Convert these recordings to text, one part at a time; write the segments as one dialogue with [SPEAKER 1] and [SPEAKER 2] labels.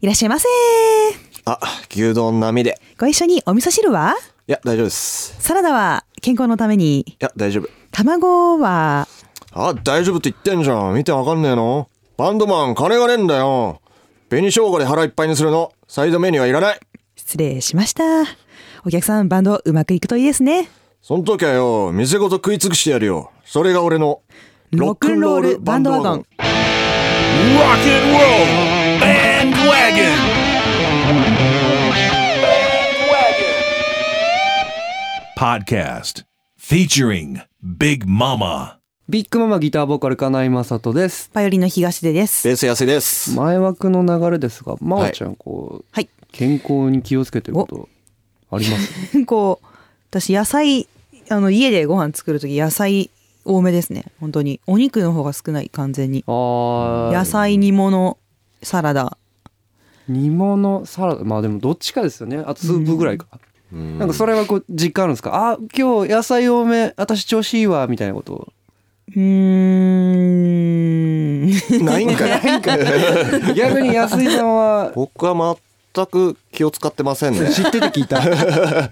[SPEAKER 1] いらっしゃいませ
[SPEAKER 2] あ、牛丼並みで。
[SPEAKER 1] ご一緒にお味噌汁はい
[SPEAKER 2] や、大丈夫です。
[SPEAKER 1] サラダは健康のために
[SPEAKER 2] いや、大丈夫。
[SPEAKER 1] 卵は
[SPEAKER 2] あ、大丈夫って言ってんじゃん。見てわかんねえのバンドマン、金がねえんだよ。紅生姜で腹いっぱいにするの。サイドメニューはいらない。
[SPEAKER 1] 失礼しましたお客さんバンドうまくいくといいですね
[SPEAKER 2] そん時はよ、店ごと食い尽くしてやるよ。それが俺の、
[SPEAKER 1] ロックンロールバンドワゴン。
[SPEAKER 3] Rock and roll bandwagon. Podcast featuring Big Mama.
[SPEAKER 4] ビッグママギターボーカル金井雅人です。
[SPEAKER 1] パヨリンの東出です
[SPEAKER 2] ベース安いです。
[SPEAKER 4] 前枠の流れですが、まおちゃん、こう、
[SPEAKER 1] はい
[SPEAKER 4] 健康に気をつけてることあります。
[SPEAKER 1] こう私野菜あの家でご飯作る時野菜多めですね本当にお肉の方が少ない完全に
[SPEAKER 4] あー
[SPEAKER 1] 野菜煮物サラダ
[SPEAKER 4] 煮物サラダまあでもどっちかですよねあとスープぐらいか、なんかそれはこう実感あるんですかあ今日野菜多め私調子いいわみたいなことを
[SPEAKER 1] うーん
[SPEAKER 2] ないんかい。ないん か
[SPEAKER 4] 逆に安井さんは
[SPEAKER 2] 僕は全く気を使ってませんね。
[SPEAKER 4] 知ってて聞いた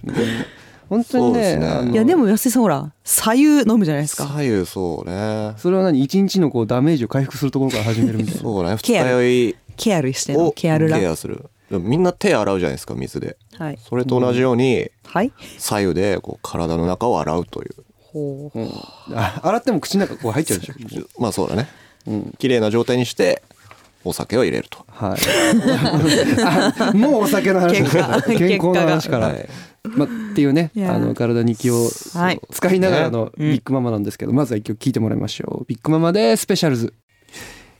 [SPEAKER 4] 本当に
[SPEAKER 2] そうで
[SPEAKER 4] ね
[SPEAKER 2] すね
[SPEAKER 4] あの
[SPEAKER 1] いやでも安井さんほら左右飲むじゃないですか
[SPEAKER 2] 左右そうね。
[SPEAKER 4] それは何一日のこうダメージを回復するところから始めるみたいな
[SPEAKER 2] そうね。二
[SPEAKER 1] ケア
[SPEAKER 2] 日酔い
[SPEAKER 1] ケアルしてんの
[SPEAKER 2] を
[SPEAKER 1] ケアルラ
[SPEAKER 2] ケアする。でもみんな手洗うじゃないですか、水で。
[SPEAKER 1] はい
[SPEAKER 2] それと同じように、
[SPEAKER 1] はい
[SPEAKER 2] 左右でこう体の中を洗うという。
[SPEAKER 1] ほう
[SPEAKER 4] あ洗っても口の中こう入っちゃうでしょ
[SPEAKER 2] まあそうだね、綺麗な状態にしてお酒を入れると
[SPEAKER 4] はいあ。 もうお酒の話
[SPEAKER 1] 結果
[SPEAKER 4] 健康の話から。
[SPEAKER 2] 結
[SPEAKER 4] まあっていうね
[SPEAKER 1] いやー
[SPEAKER 4] あの体に気を
[SPEAKER 1] はい
[SPEAKER 4] 使いながらの
[SPEAKER 1] うん
[SPEAKER 4] ビッグママなんですけど、まずは一曲聴いてもらいましょうビッグママでスペシャルズ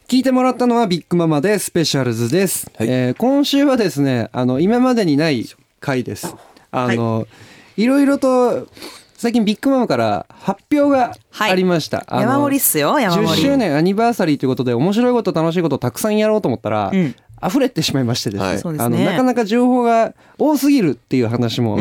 [SPEAKER 4] 聴いてもらったのはビッグママでスペシャルズです、えー今週はですねあの今までにない回ですあの、い、ろいろと最近ビッグママから発表が
[SPEAKER 1] はい
[SPEAKER 4] ありました、あの
[SPEAKER 1] 山盛りっすよ山
[SPEAKER 4] 10
[SPEAKER 1] 盛り
[SPEAKER 4] 周年アニバーサリーということで面白いこと楽しいことをたくさんやろうと思ったら、
[SPEAKER 1] うん
[SPEAKER 4] 溢れてしまいましてですね,、
[SPEAKER 2] はい
[SPEAKER 1] そうです
[SPEAKER 4] あの
[SPEAKER 1] ね
[SPEAKER 4] なかなか情報が多すぎるっていう話も、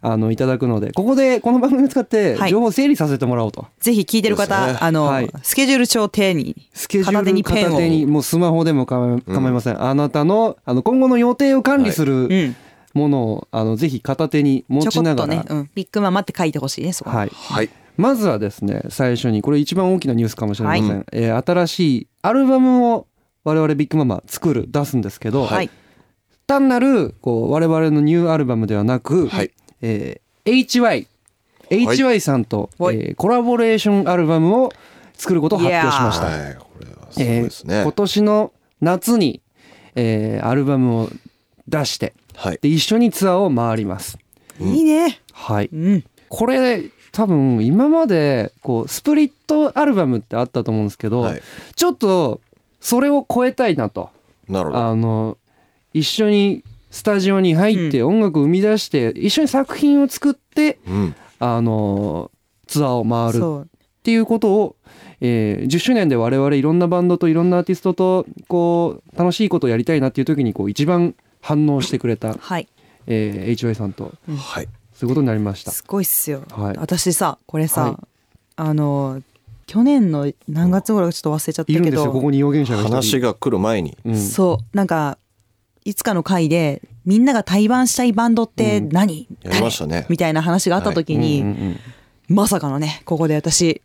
[SPEAKER 4] あのいただくのでここでこの番組を使って
[SPEAKER 1] はい
[SPEAKER 4] 情報を整理させてもらおうと、
[SPEAKER 1] ぜひ聞いてる方、
[SPEAKER 2] そうですね
[SPEAKER 1] あの、
[SPEAKER 4] はい
[SPEAKER 1] スケジュール帳を手に
[SPEAKER 4] スケジュール
[SPEAKER 1] 片手にペンを
[SPEAKER 4] 片手にもうスマホでも構い構いません、あなたのあの今後の予定を管理する、
[SPEAKER 1] うん、
[SPEAKER 4] ものをあのぜひ片手に持
[SPEAKER 1] ちょこ
[SPEAKER 4] ちな
[SPEAKER 1] っ
[SPEAKER 4] が
[SPEAKER 1] と
[SPEAKER 4] ら、
[SPEAKER 1] ね、うん、ビッグママって書いてほしいねそこ、
[SPEAKER 4] はい、
[SPEAKER 2] はい
[SPEAKER 4] まずはですね最初にこれ一番大きなニュースかもしれません、
[SPEAKER 2] はい
[SPEAKER 4] えー新しいアルバムを我々ビッグママ作る出すんですけど、
[SPEAKER 1] はい
[SPEAKER 4] 単なるこう我々のニューアルバムではなく、
[SPEAKER 2] はい
[SPEAKER 4] えー HY HY さんと、
[SPEAKER 1] はい
[SPEAKER 4] えーコラボレーションアルバムを作ることを発表しました。
[SPEAKER 2] はいこれはそうですね、
[SPEAKER 4] えー今年の夏に、えーアルバムを出して
[SPEAKER 2] はい
[SPEAKER 4] で一緒にツアーを回ります。
[SPEAKER 1] いいね
[SPEAKER 4] はい、
[SPEAKER 1] うん
[SPEAKER 4] これ多分今までこうスプリットアルバムってあったと思うんですけど、
[SPEAKER 2] はい
[SPEAKER 4] ちょっとそれを超えたいなと
[SPEAKER 2] なるほど
[SPEAKER 4] あの一緒にスタジオに入って音楽を生み出して一緒に作品を作って
[SPEAKER 2] うん
[SPEAKER 4] あのツアーを回るっ
[SPEAKER 1] そう
[SPEAKER 4] ていうことを、えー10周年で我々いろんなバンドといろんなアーティストとこう楽しいことをやりたいなっていう時にこう一番反応してくれた、
[SPEAKER 1] はい
[SPEAKER 4] えー HY さんと
[SPEAKER 2] はい
[SPEAKER 4] そういうことになりました。
[SPEAKER 1] すごいっすよ、
[SPEAKER 4] はい
[SPEAKER 1] 私さこれさ、
[SPEAKER 4] はい
[SPEAKER 1] あの去年の何月頃かちょっと忘れちゃった
[SPEAKER 4] い
[SPEAKER 1] け
[SPEAKER 4] るんですよこ
[SPEAKER 1] ど
[SPEAKER 4] こに予言者が一人
[SPEAKER 2] 話が来る前に
[SPEAKER 4] うん
[SPEAKER 1] そうなんかいつかの回でみんなが対バンしたいバンドって何、
[SPEAKER 2] やりましたね
[SPEAKER 1] みたいな話があった時に、まさかのねここで私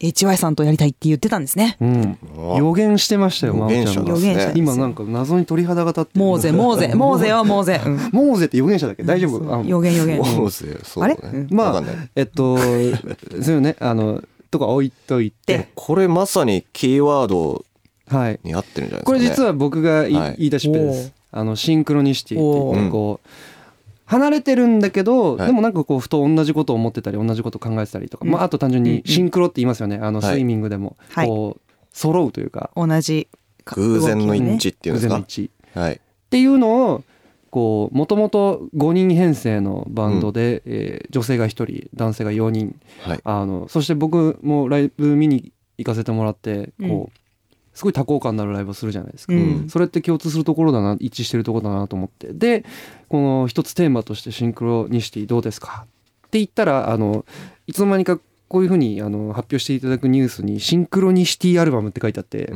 [SPEAKER 1] HY さんとやりたいって言ってたんですね
[SPEAKER 4] うん
[SPEAKER 2] あ
[SPEAKER 4] 予言してましたよ、
[SPEAKER 2] 予
[SPEAKER 4] まおちゃ
[SPEAKER 2] 言者
[SPEAKER 4] ん
[SPEAKER 2] だ
[SPEAKER 4] が
[SPEAKER 1] 予。言者です
[SPEAKER 4] 今なんか謎に鳥肌が立ってる
[SPEAKER 1] モーゼモーゼモーゼよモーゼ、うん
[SPEAKER 4] モーゼって予言者だっけ大丈夫あの
[SPEAKER 1] 予言予言
[SPEAKER 2] そうですよそう
[SPEAKER 1] あ
[SPEAKER 2] ね
[SPEAKER 1] れうん
[SPEAKER 2] わ
[SPEAKER 4] ま
[SPEAKER 2] か
[SPEAKER 4] あ
[SPEAKER 2] んない
[SPEAKER 4] え っとそうよねあのとか置いといて
[SPEAKER 1] で
[SPEAKER 2] これまさにキーワード
[SPEAKER 4] はい
[SPEAKER 2] に合ってるんじゃないですか、ね、
[SPEAKER 4] これ実は僕がい
[SPEAKER 2] はい
[SPEAKER 4] 言い出しっぺですあのシンクロニシティ
[SPEAKER 1] お
[SPEAKER 4] っ
[SPEAKER 1] ー
[SPEAKER 4] ていうこう離れてるんだけど
[SPEAKER 2] はい
[SPEAKER 4] でもなんかこうふと同じことを思ってたり同じことを考えてたりとかまああと単純にシンクロって言いますよねあの
[SPEAKER 2] はい
[SPEAKER 4] スイミングでも
[SPEAKER 1] はい
[SPEAKER 4] こう揃うというか
[SPEAKER 1] 同じか
[SPEAKER 2] 偶然の
[SPEAKER 1] 動きをね
[SPEAKER 2] 一致っていうんです
[SPEAKER 4] 偶
[SPEAKER 2] か、
[SPEAKER 4] 然の一致
[SPEAKER 2] はい
[SPEAKER 4] っていうのをこうもともと5人編成のバンドで、えー女性が1人男性が4人
[SPEAKER 2] はい
[SPEAKER 4] あのそして僕もライブ見に行かせてもらってこう、
[SPEAKER 1] うん
[SPEAKER 4] すごい多幸感のあるライブをするじゃないですか、
[SPEAKER 1] うん
[SPEAKER 4] それって共通するところだな一致してるところだなと思ってでこの一つテーマとして「シンクロニシティどうですか?」って言ったらあのいつの間にかこういうふうにあの発表していただくニュースに「シンクロニシティアルバム」って書いてあって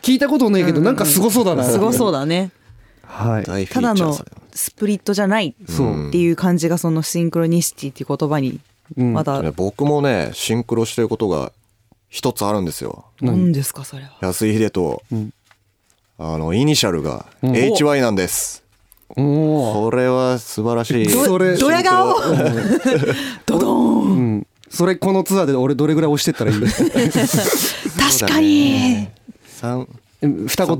[SPEAKER 4] 聞いたことないけどなんかすごそうだな
[SPEAKER 1] すごそう
[SPEAKER 4] だ
[SPEAKER 1] だね
[SPEAKER 4] はい
[SPEAKER 2] 大フ
[SPEAKER 1] た
[SPEAKER 2] ィ
[SPEAKER 1] だ
[SPEAKER 2] ーチャー
[SPEAKER 1] の
[SPEAKER 2] される
[SPEAKER 1] スプリットじゃない
[SPEAKER 4] そう
[SPEAKER 1] っていう感じがそのシンクロニシティっていう言葉に
[SPEAKER 4] うん
[SPEAKER 1] ま
[SPEAKER 2] ね
[SPEAKER 1] だ
[SPEAKER 2] 僕もねシンクロしてることが一つあるんですよ
[SPEAKER 1] 何ですかそれは
[SPEAKER 2] 安井秀と、
[SPEAKER 4] ん
[SPEAKER 2] あのイニシャルが
[SPEAKER 4] うん
[SPEAKER 2] HY なんです、
[SPEAKER 4] お
[SPEAKER 2] こ
[SPEAKER 4] ー
[SPEAKER 2] れは素晴らしい
[SPEAKER 4] どそれ
[SPEAKER 1] ドヤ顔ドドーン
[SPEAKER 4] うんそれこのツアーで俺どれぐらい押してったらいい
[SPEAKER 1] 確かに
[SPEAKER 2] 3%
[SPEAKER 4] 二言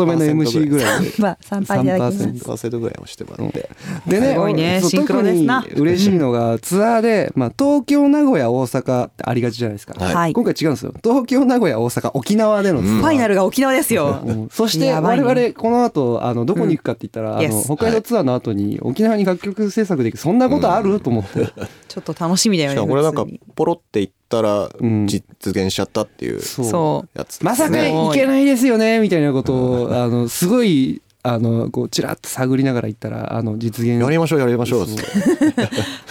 [SPEAKER 4] 目の MC ぐらいで
[SPEAKER 1] まあ参拝いただきます
[SPEAKER 4] 3%
[SPEAKER 2] ぐらいをしてもらって、
[SPEAKER 4] でね
[SPEAKER 1] すごいね
[SPEAKER 4] そう
[SPEAKER 1] シンクロですな
[SPEAKER 4] 特に嬉しいのがツアーで、まあ、東京名古屋大阪ってありがちじゃないですか、
[SPEAKER 1] はい
[SPEAKER 4] 今回違うんですよ東京名古屋大阪沖縄でのツアー、
[SPEAKER 1] ファイナルが沖縄ですよ
[SPEAKER 4] うんそして
[SPEAKER 1] やば
[SPEAKER 4] 我
[SPEAKER 1] いね
[SPEAKER 4] 々この後あのどこに行くかって言ったら、あの
[SPEAKER 1] Yes
[SPEAKER 4] 北海道ツアーの後に沖縄に楽曲制作できるそんなことあると思 って
[SPEAKER 1] ちょっと楽しみだよ
[SPEAKER 2] し
[SPEAKER 1] ね
[SPEAKER 2] かもこれなんか
[SPEAKER 1] 普通に
[SPEAKER 2] ポロって言ったら
[SPEAKER 4] うん
[SPEAKER 2] 実現しちゃったっていう
[SPEAKER 4] そう
[SPEAKER 1] そう
[SPEAKER 2] やつですね、
[SPEAKER 4] まさか
[SPEAKER 1] ね
[SPEAKER 4] 行けないですよねみたいなことをあのすごいあのこうちらっと探りながら言ったらあの実現
[SPEAKER 2] やりましょうやりましょうっつって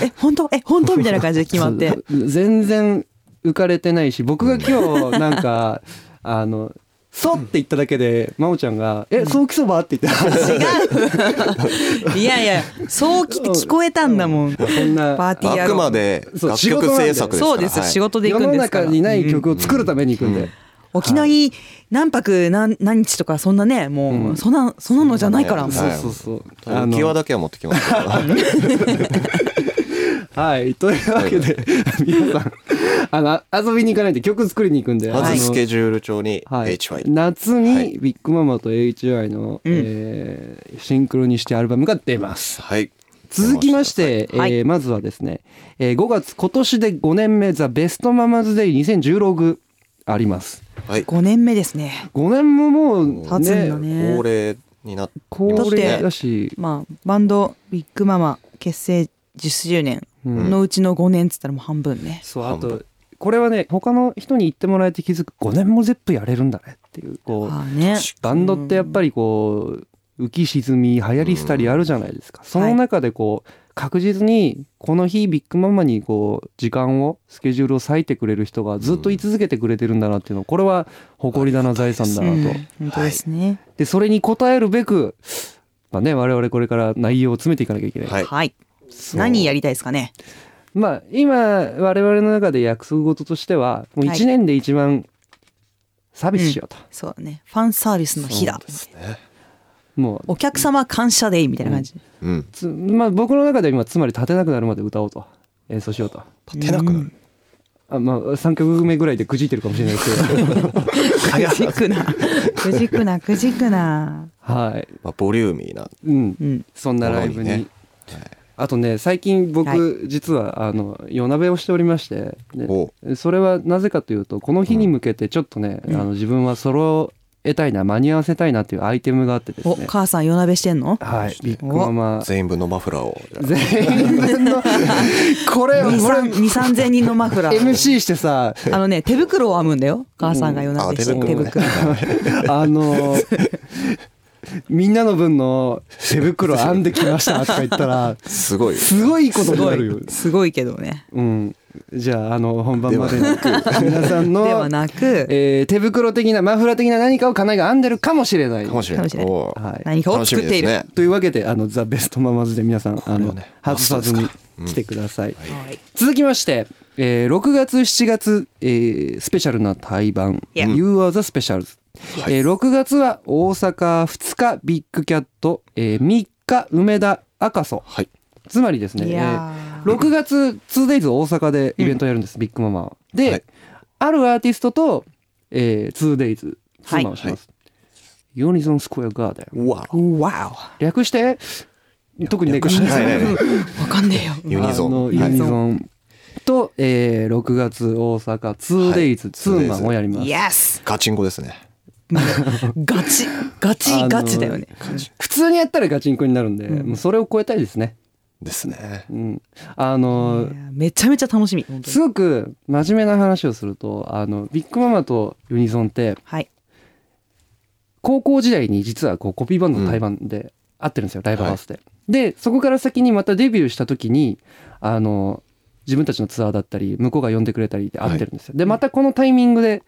[SPEAKER 1] え本当え本当みたいな感じで決まって
[SPEAKER 4] そう全然浮かれてないし僕が今日なんか あの「そう」って言っただけで真央ちゃんが「えそうきそば?」って言って
[SPEAKER 1] 違ういやいやそうきって聞こえたんだもんパ
[SPEAKER 4] そんな
[SPEAKER 1] ーティー
[SPEAKER 2] あ
[SPEAKER 1] や
[SPEAKER 2] くまで
[SPEAKER 4] そう
[SPEAKER 2] 楽曲制作ですから
[SPEAKER 1] そうです、
[SPEAKER 2] はい
[SPEAKER 1] 仕事で
[SPEAKER 4] 世
[SPEAKER 1] 行くん
[SPEAKER 4] の
[SPEAKER 1] ですか
[SPEAKER 4] 中
[SPEAKER 1] ら
[SPEAKER 4] にない曲を作るために行くんで、
[SPEAKER 1] 沖縄に何泊何何日とかそんなねもう、
[SPEAKER 4] うん
[SPEAKER 1] そんなそんなのじゃないからもう、
[SPEAKER 2] はい
[SPEAKER 4] そうそうそう
[SPEAKER 2] ただ浮き輪だけは持ってきま したから
[SPEAKER 4] はいというわけで、皆さんあの遊びに行かないで曲作りに行くんで、
[SPEAKER 2] ま
[SPEAKER 4] あの
[SPEAKER 2] ずスケジュール帳に
[SPEAKER 4] はい、
[SPEAKER 2] HY
[SPEAKER 4] 夏
[SPEAKER 2] は
[SPEAKER 4] に
[SPEAKER 2] い
[SPEAKER 4] ビッグママと HY の、
[SPEAKER 1] うん
[SPEAKER 4] えーシンクロにしてアルバムが出ます
[SPEAKER 2] はい
[SPEAKER 4] 続きまして、
[SPEAKER 1] はい
[SPEAKER 4] えーまずはですね、えー5月今年で5年目「ザ・ベストママズ・デイ2016」あります
[SPEAKER 2] はい
[SPEAKER 1] 5年目ですね
[SPEAKER 4] 5年ももう
[SPEAKER 1] 経つんだ
[SPEAKER 4] ね
[SPEAKER 1] ね
[SPEAKER 2] 恒例になって
[SPEAKER 4] 高齢だし
[SPEAKER 1] まあバンドビッグママ結成10周年
[SPEAKER 4] うん
[SPEAKER 1] のうちの5年っつったらもう半分ね、
[SPEAKER 4] そうあ
[SPEAKER 2] 半分
[SPEAKER 4] とこれはね他の人に言ってもらえて気づく5年もゼップやれるんだねっていうこう
[SPEAKER 1] ああね
[SPEAKER 4] バンドってやっぱりこう浮き沈み流行りしたりあるじゃないですかその中でこう確実にこの日ビッグママにこう時間をスケジュールを割いてくれる人がずっと居続けてくれてるんだなっていうのこれは誇りだな財産だ
[SPEAKER 1] う
[SPEAKER 4] なと。
[SPEAKER 1] ん、本当ですね
[SPEAKER 4] でそれに応えるべく、まあね、我々これから内容を詰めていかなきゃいけない、
[SPEAKER 2] はい
[SPEAKER 1] はい
[SPEAKER 4] そう
[SPEAKER 1] 何やりたいですかね
[SPEAKER 4] まあ今我々の中で約束事としてはもう
[SPEAKER 1] はい
[SPEAKER 4] 1年で一番サービスしようと、
[SPEAKER 1] そうねファンサービスの日だ
[SPEAKER 4] もう
[SPEAKER 1] お客様感謝デイみたいな感じ、
[SPEAKER 2] うん
[SPEAKER 4] つ、まあ、僕の中では今つまり立てなくなるまで歌おうと演奏しようと
[SPEAKER 2] 立てなくなる
[SPEAKER 4] あ、まあ、3曲目ぐらいでくじいてるかもしれないです けど
[SPEAKER 1] くじくなくじくなくじくな
[SPEAKER 4] はい、
[SPEAKER 2] まあボリューミーな
[SPEAKER 4] うん
[SPEAKER 1] う、ん
[SPEAKER 4] そんなライブに
[SPEAKER 2] ものにね
[SPEAKER 4] あとね最近僕、
[SPEAKER 1] はい
[SPEAKER 4] 実はあの夜鍋をしておりましてで
[SPEAKER 2] お
[SPEAKER 4] それはなぜかというとこの日に向けてちょっとね、
[SPEAKER 1] うん
[SPEAKER 4] あの自分は揃えたいな間に合わせたいなっていうアイテムがあってです
[SPEAKER 1] お
[SPEAKER 4] ね
[SPEAKER 1] 母さん夜鍋してんの
[SPEAKER 4] はいビッグママ
[SPEAKER 2] 全部のマフラーをじゃあ
[SPEAKER 4] 全員の これ
[SPEAKER 1] 2
[SPEAKER 4] 俺
[SPEAKER 1] 三2 3千人のマフラー
[SPEAKER 4] MC してさ
[SPEAKER 1] あのね手袋を編むんだよ母さんが夜鍋して
[SPEAKER 2] うんあ
[SPEAKER 1] 手
[SPEAKER 2] 手
[SPEAKER 1] 袋
[SPEAKER 2] 袋
[SPEAKER 4] あのみんなの分の手袋編んできましたとか言ったら
[SPEAKER 2] すごい
[SPEAKER 4] すごいこと
[SPEAKER 1] す
[SPEAKER 4] に
[SPEAKER 1] ご
[SPEAKER 4] なるよ
[SPEAKER 1] い。すごいけどね
[SPEAKER 4] うん、じゃああの本番までに皆さん
[SPEAKER 1] で
[SPEAKER 4] の
[SPEAKER 1] はなく
[SPEAKER 4] えー手袋的なマフラー的な何かを金井が編んでるかもしれない。
[SPEAKER 2] かもしれな
[SPEAKER 1] かも
[SPEAKER 2] い
[SPEAKER 1] しれない
[SPEAKER 2] お
[SPEAKER 4] はい
[SPEAKER 1] 何かを作っている、
[SPEAKER 2] 楽しみ
[SPEAKER 4] というわけであのザ・ベストママズで皆さんあの、
[SPEAKER 2] はね
[SPEAKER 4] 外さずに
[SPEAKER 2] マスト
[SPEAKER 4] 来てください。
[SPEAKER 1] はい
[SPEAKER 4] 続きまして、えー6月7月、えースペシャルな対バン「
[SPEAKER 1] Yeah
[SPEAKER 4] You are the Specials」えー6月は大阪2日ビッグキャット、えー3日梅田赤楚、
[SPEAKER 2] はい
[SPEAKER 4] つまりですね、
[SPEAKER 1] い
[SPEAKER 4] えー
[SPEAKER 1] やー
[SPEAKER 4] 6月 2days 大阪でイベントやるんです、ビッグママはで、
[SPEAKER 2] はい
[SPEAKER 4] あるアーティストと、えー、2days ツーマンをします、
[SPEAKER 2] はい
[SPEAKER 4] ヨニゾンスクエアガーデン
[SPEAKER 2] うわ
[SPEAKER 1] わ
[SPEAKER 4] 略して特にね
[SPEAKER 2] 略してないないない
[SPEAKER 1] おわかんねえよ
[SPEAKER 2] ユニゾ
[SPEAKER 4] あの
[SPEAKER 2] ン
[SPEAKER 4] ユ
[SPEAKER 2] はい
[SPEAKER 4] ニゾンと、えー、6月大阪 2days ツーマンをやります、
[SPEAKER 1] イエス
[SPEAKER 2] ガチンコですね
[SPEAKER 1] ガチガチガチだよね
[SPEAKER 4] 普通にやったらガチンコになるんで、
[SPEAKER 1] うん
[SPEAKER 4] もうそれを超えたいですね、
[SPEAKER 2] ですね
[SPEAKER 4] うん、あの
[SPEAKER 1] いやめちゃめちゃ楽しみ本当に
[SPEAKER 4] すごく真面目な話をするとあのビッグママとユニゾンって
[SPEAKER 1] はい
[SPEAKER 4] 高校時代に実はこうコピーバンドの対バンで会ってるんですよ、ライブハウスで。でそこから先にまたデビューした時にあの自分たちのツアーだったり向こうが呼んでくれたりで合ってるんですよ、でまたこのタイミングで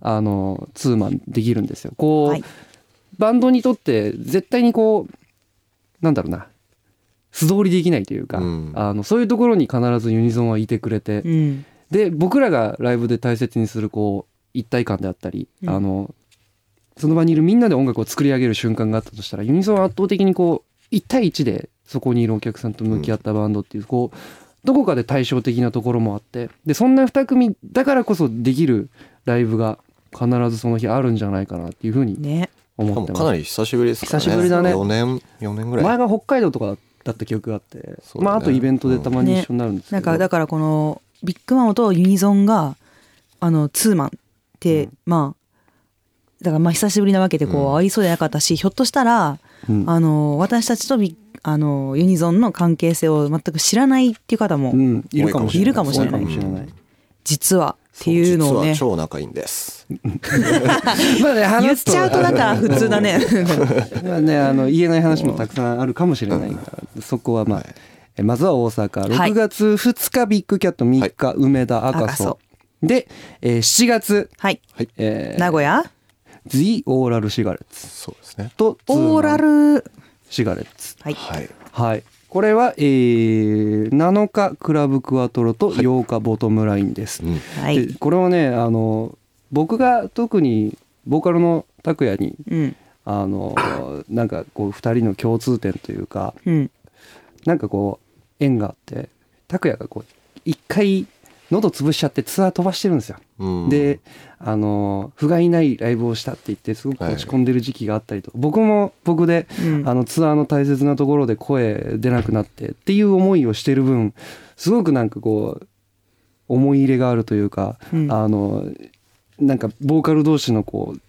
[SPEAKER 4] あのツーマンできるんですよこう、
[SPEAKER 1] はい
[SPEAKER 4] バンドにとって絶対にこうなんだろうな素通りできないというか、
[SPEAKER 2] うん
[SPEAKER 4] あのそういうところに必ずユニゾンはいてくれて、
[SPEAKER 1] うん
[SPEAKER 4] で僕らがライブで大切にするこう一体感であったり、
[SPEAKER 1] うん
[SPEAKER 4] あのその場にいるみんなで音楽を作り上げる瞬間があったとしたらユニゾンは圧倒的にこう1対1でそこにいるお客さんと向き合ったバンドっていう、こうどこかで対照的なところもあってでそんな2組だからこそできるライブが必ずその日あるんじゃないかなっていうふうに
[SPEAKER 1] ね
[SPEAKER 4] 思
[SPEAKER 2] しか
[SPEAKER 4] っ
[SPEAKER 2] も
[SPEAKER 4] て
[SPEAKER 2] か
[SPEAKER 4] ま
[SPEAKER 2] な
[SPEAKER 4] す。
[SPEAKER 2] り久しぶりですからね
[SPEAKER 4] 久しぶりだね
[SPEAKER 2] 4年4年ぐら
[SPEAKER 4] 前
[SPEAKER 2] い
[SPEAKER 4] が北海道とかだった記憶があって、
[SPEAKER 2] そうだね
[SPEAKER 4] まああとイベントでたまに一緒になるんですけ
[SPEAKER 1] な
[SPEAKER 4] ど、
[SPEAKER 1] んかだからこのビッグマムとユニゾンがあのツーマンって、まあだからまあ久しぶりなわけでこ
[SPEAKER 2] うん
[SPEAKER 1] う合いそうじゃなかったし、ひょっとしたら
[SPEAKER 4] うん
[SPEAKER 1] あの私たちとビッあのユニゾンの関係性を全く知らないっていう方も、
[SPEAKER 4] うんいるかもしれない
[SPEAKER 1] いるかもしれな
[SPEAKER 4] 多い
[SPEAKER 1] い
[SPEAKER 4] かもしれない
[SPEAKER 1] 実はっていうのをね
[SPEAKER 2] そう実は超仲いいんです
[SPEAKER 4] まあね
[SPEAKER 1] 言っ
[SPEAKER 4] 話す
[SPEAKER 1] ちゃうとだから普通 だね
[SPEAKER 4] まあね、あの言えない話もたくさんあるかもしれないから、そこはまあ、えまずは大阪、
[SPEAKER 1] はい
[SPEAKER 4] 6月2日ビッグキャット、3日梅田赤楚、
[SPEAKER 1] 赤
[SPEAKER 4] で、えー7月、
[SPEAKER 1] はい、
[SPEAKER 4] えー、
[SPEAKER 1] 名古屋
[SPEAKER 4] The オーラルシガレッツ
[SPEAKER 2] そうですね
[SPEAKER 4] と
[SPEAKER 1] オーラ
[SPEAKER 4] ツーマン
[SPEAKER 1] ル
[SPEAKER 4] シガレッツ。
[SPEAKER 1] はい
[SPEAKER 2] はい
[SPEAKER 4] はい。これは、えー、7日クラブクワトロと8日ボトムラインです。
[SPEAKER 2] うん
[SPEAKER 1] はい
[SPEAKER 4] でこれはね、あの、僕が特にボーカルの拓也に、
[SPEAKER 1] うん
[SPEAKER 4] あの、なんかこう、2人の共通点というか、
[SPEAKER 1] うん
[SPEAKER 4] なんかこう縁があって拓也がこう一回喉潰しちゃってツアー飛ばしてるんですよ。
[SPEAKER 2] うん
[SPEAKER 4] であの不甲斐ないライブをしたって言ってすごく落ち込んでる時期があったりとか、僕も僕で、
[SPEAKER 1] うん
[SPEAKER 4] あのツアーの大切なところで声出なくなってっていう思いをしてる分すごくなんかこう思い入れがあるというか、
[SPEAKER 1] うん
[SPEAKER 4] あのなんかボーカル同士のこう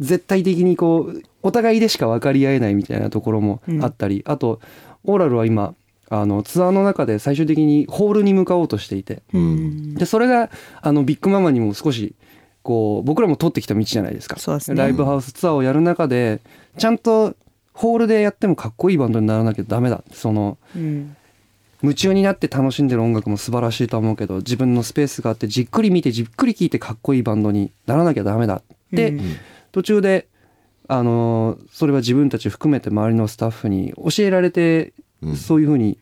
[SPEAKER 4] 絶対的にこうお互いでしか分かり合えないみたいなところもあったり、あとオーラルは今あのツアーの中で最終的にホールに向かおうとしていて、
[SPEAKER 1] うん
[SPEAKER 4] でそれがあのビッグママにも少しこう僕らも取ってきた道じゃないですか
[SPEAKER 1] そうですね
[SPEAKER 4] ライブハウスツアーをやる中でちゃんとホールでやってもかっこいいバンドにならなきゃダメだその
[SPEAKER 1] うん
[SPEAKER 4] 夢中になって楽しんでる音楽も素晴らしいと思うけど自分のスペースがあってじっくり見てじっくり聴いてかっこいいバンドにならなきゃダメだって、
[SPEAKER 1] うん
[SPEAKER 4] 途中で、あのーそれは自分たち含めて周りのスタッフに教えられて、
[SPEAKER 2] うん
[SPEAKER 4] そういうふうに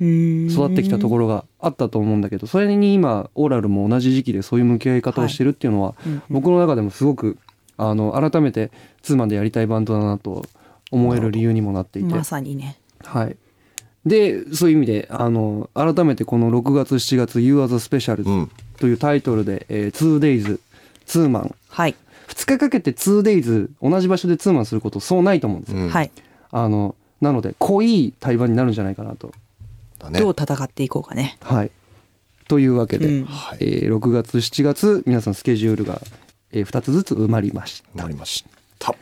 [SPEAKER 4] 育
[SPEAKER 1] 育
[SPEAKER 4] ってきたところがあったと思うんだけどそれに今オーラルも同じ時期でそういう向き合い方をしてるっていうのは、
[SPEAKER 1] うん
[SPEAKER 4] 僕の中でもすごくあの改めてツーマンでやりたいバンドだなと思える理由にもなっていて、
[SPEAKER 1] まさにね
[SPEAKER 4] はい、でそういう意味であの改めてこの6月7月「You Are the Special
[SPEAKER 2] う」ん
[SPEAKER 4] というタイトルで「えー 2days ツーマン」
[SPEAKER 1] はい、
[SPEAKER 4] 2日かけて 2days 同じ場所でツーマンすることそうないと思うんですよ、
[SPEAKER 2] うん
[SPEAKER 1] はい
[SPEAKER 4] あのなので濃い対話になるんじゃないかなと
[SPEAKER 2] だね
[SPEAKER 1] どう戦っていこうかね
[SPEAKER 4] はい。というわけで、
[SPEAKER 1] うん
[SPEAKER 2] はい
[SPEAKER 4] えー6月7月皆さんスケジュールが、え2つずつ埋まりました、
[SPEAKER 2] なりました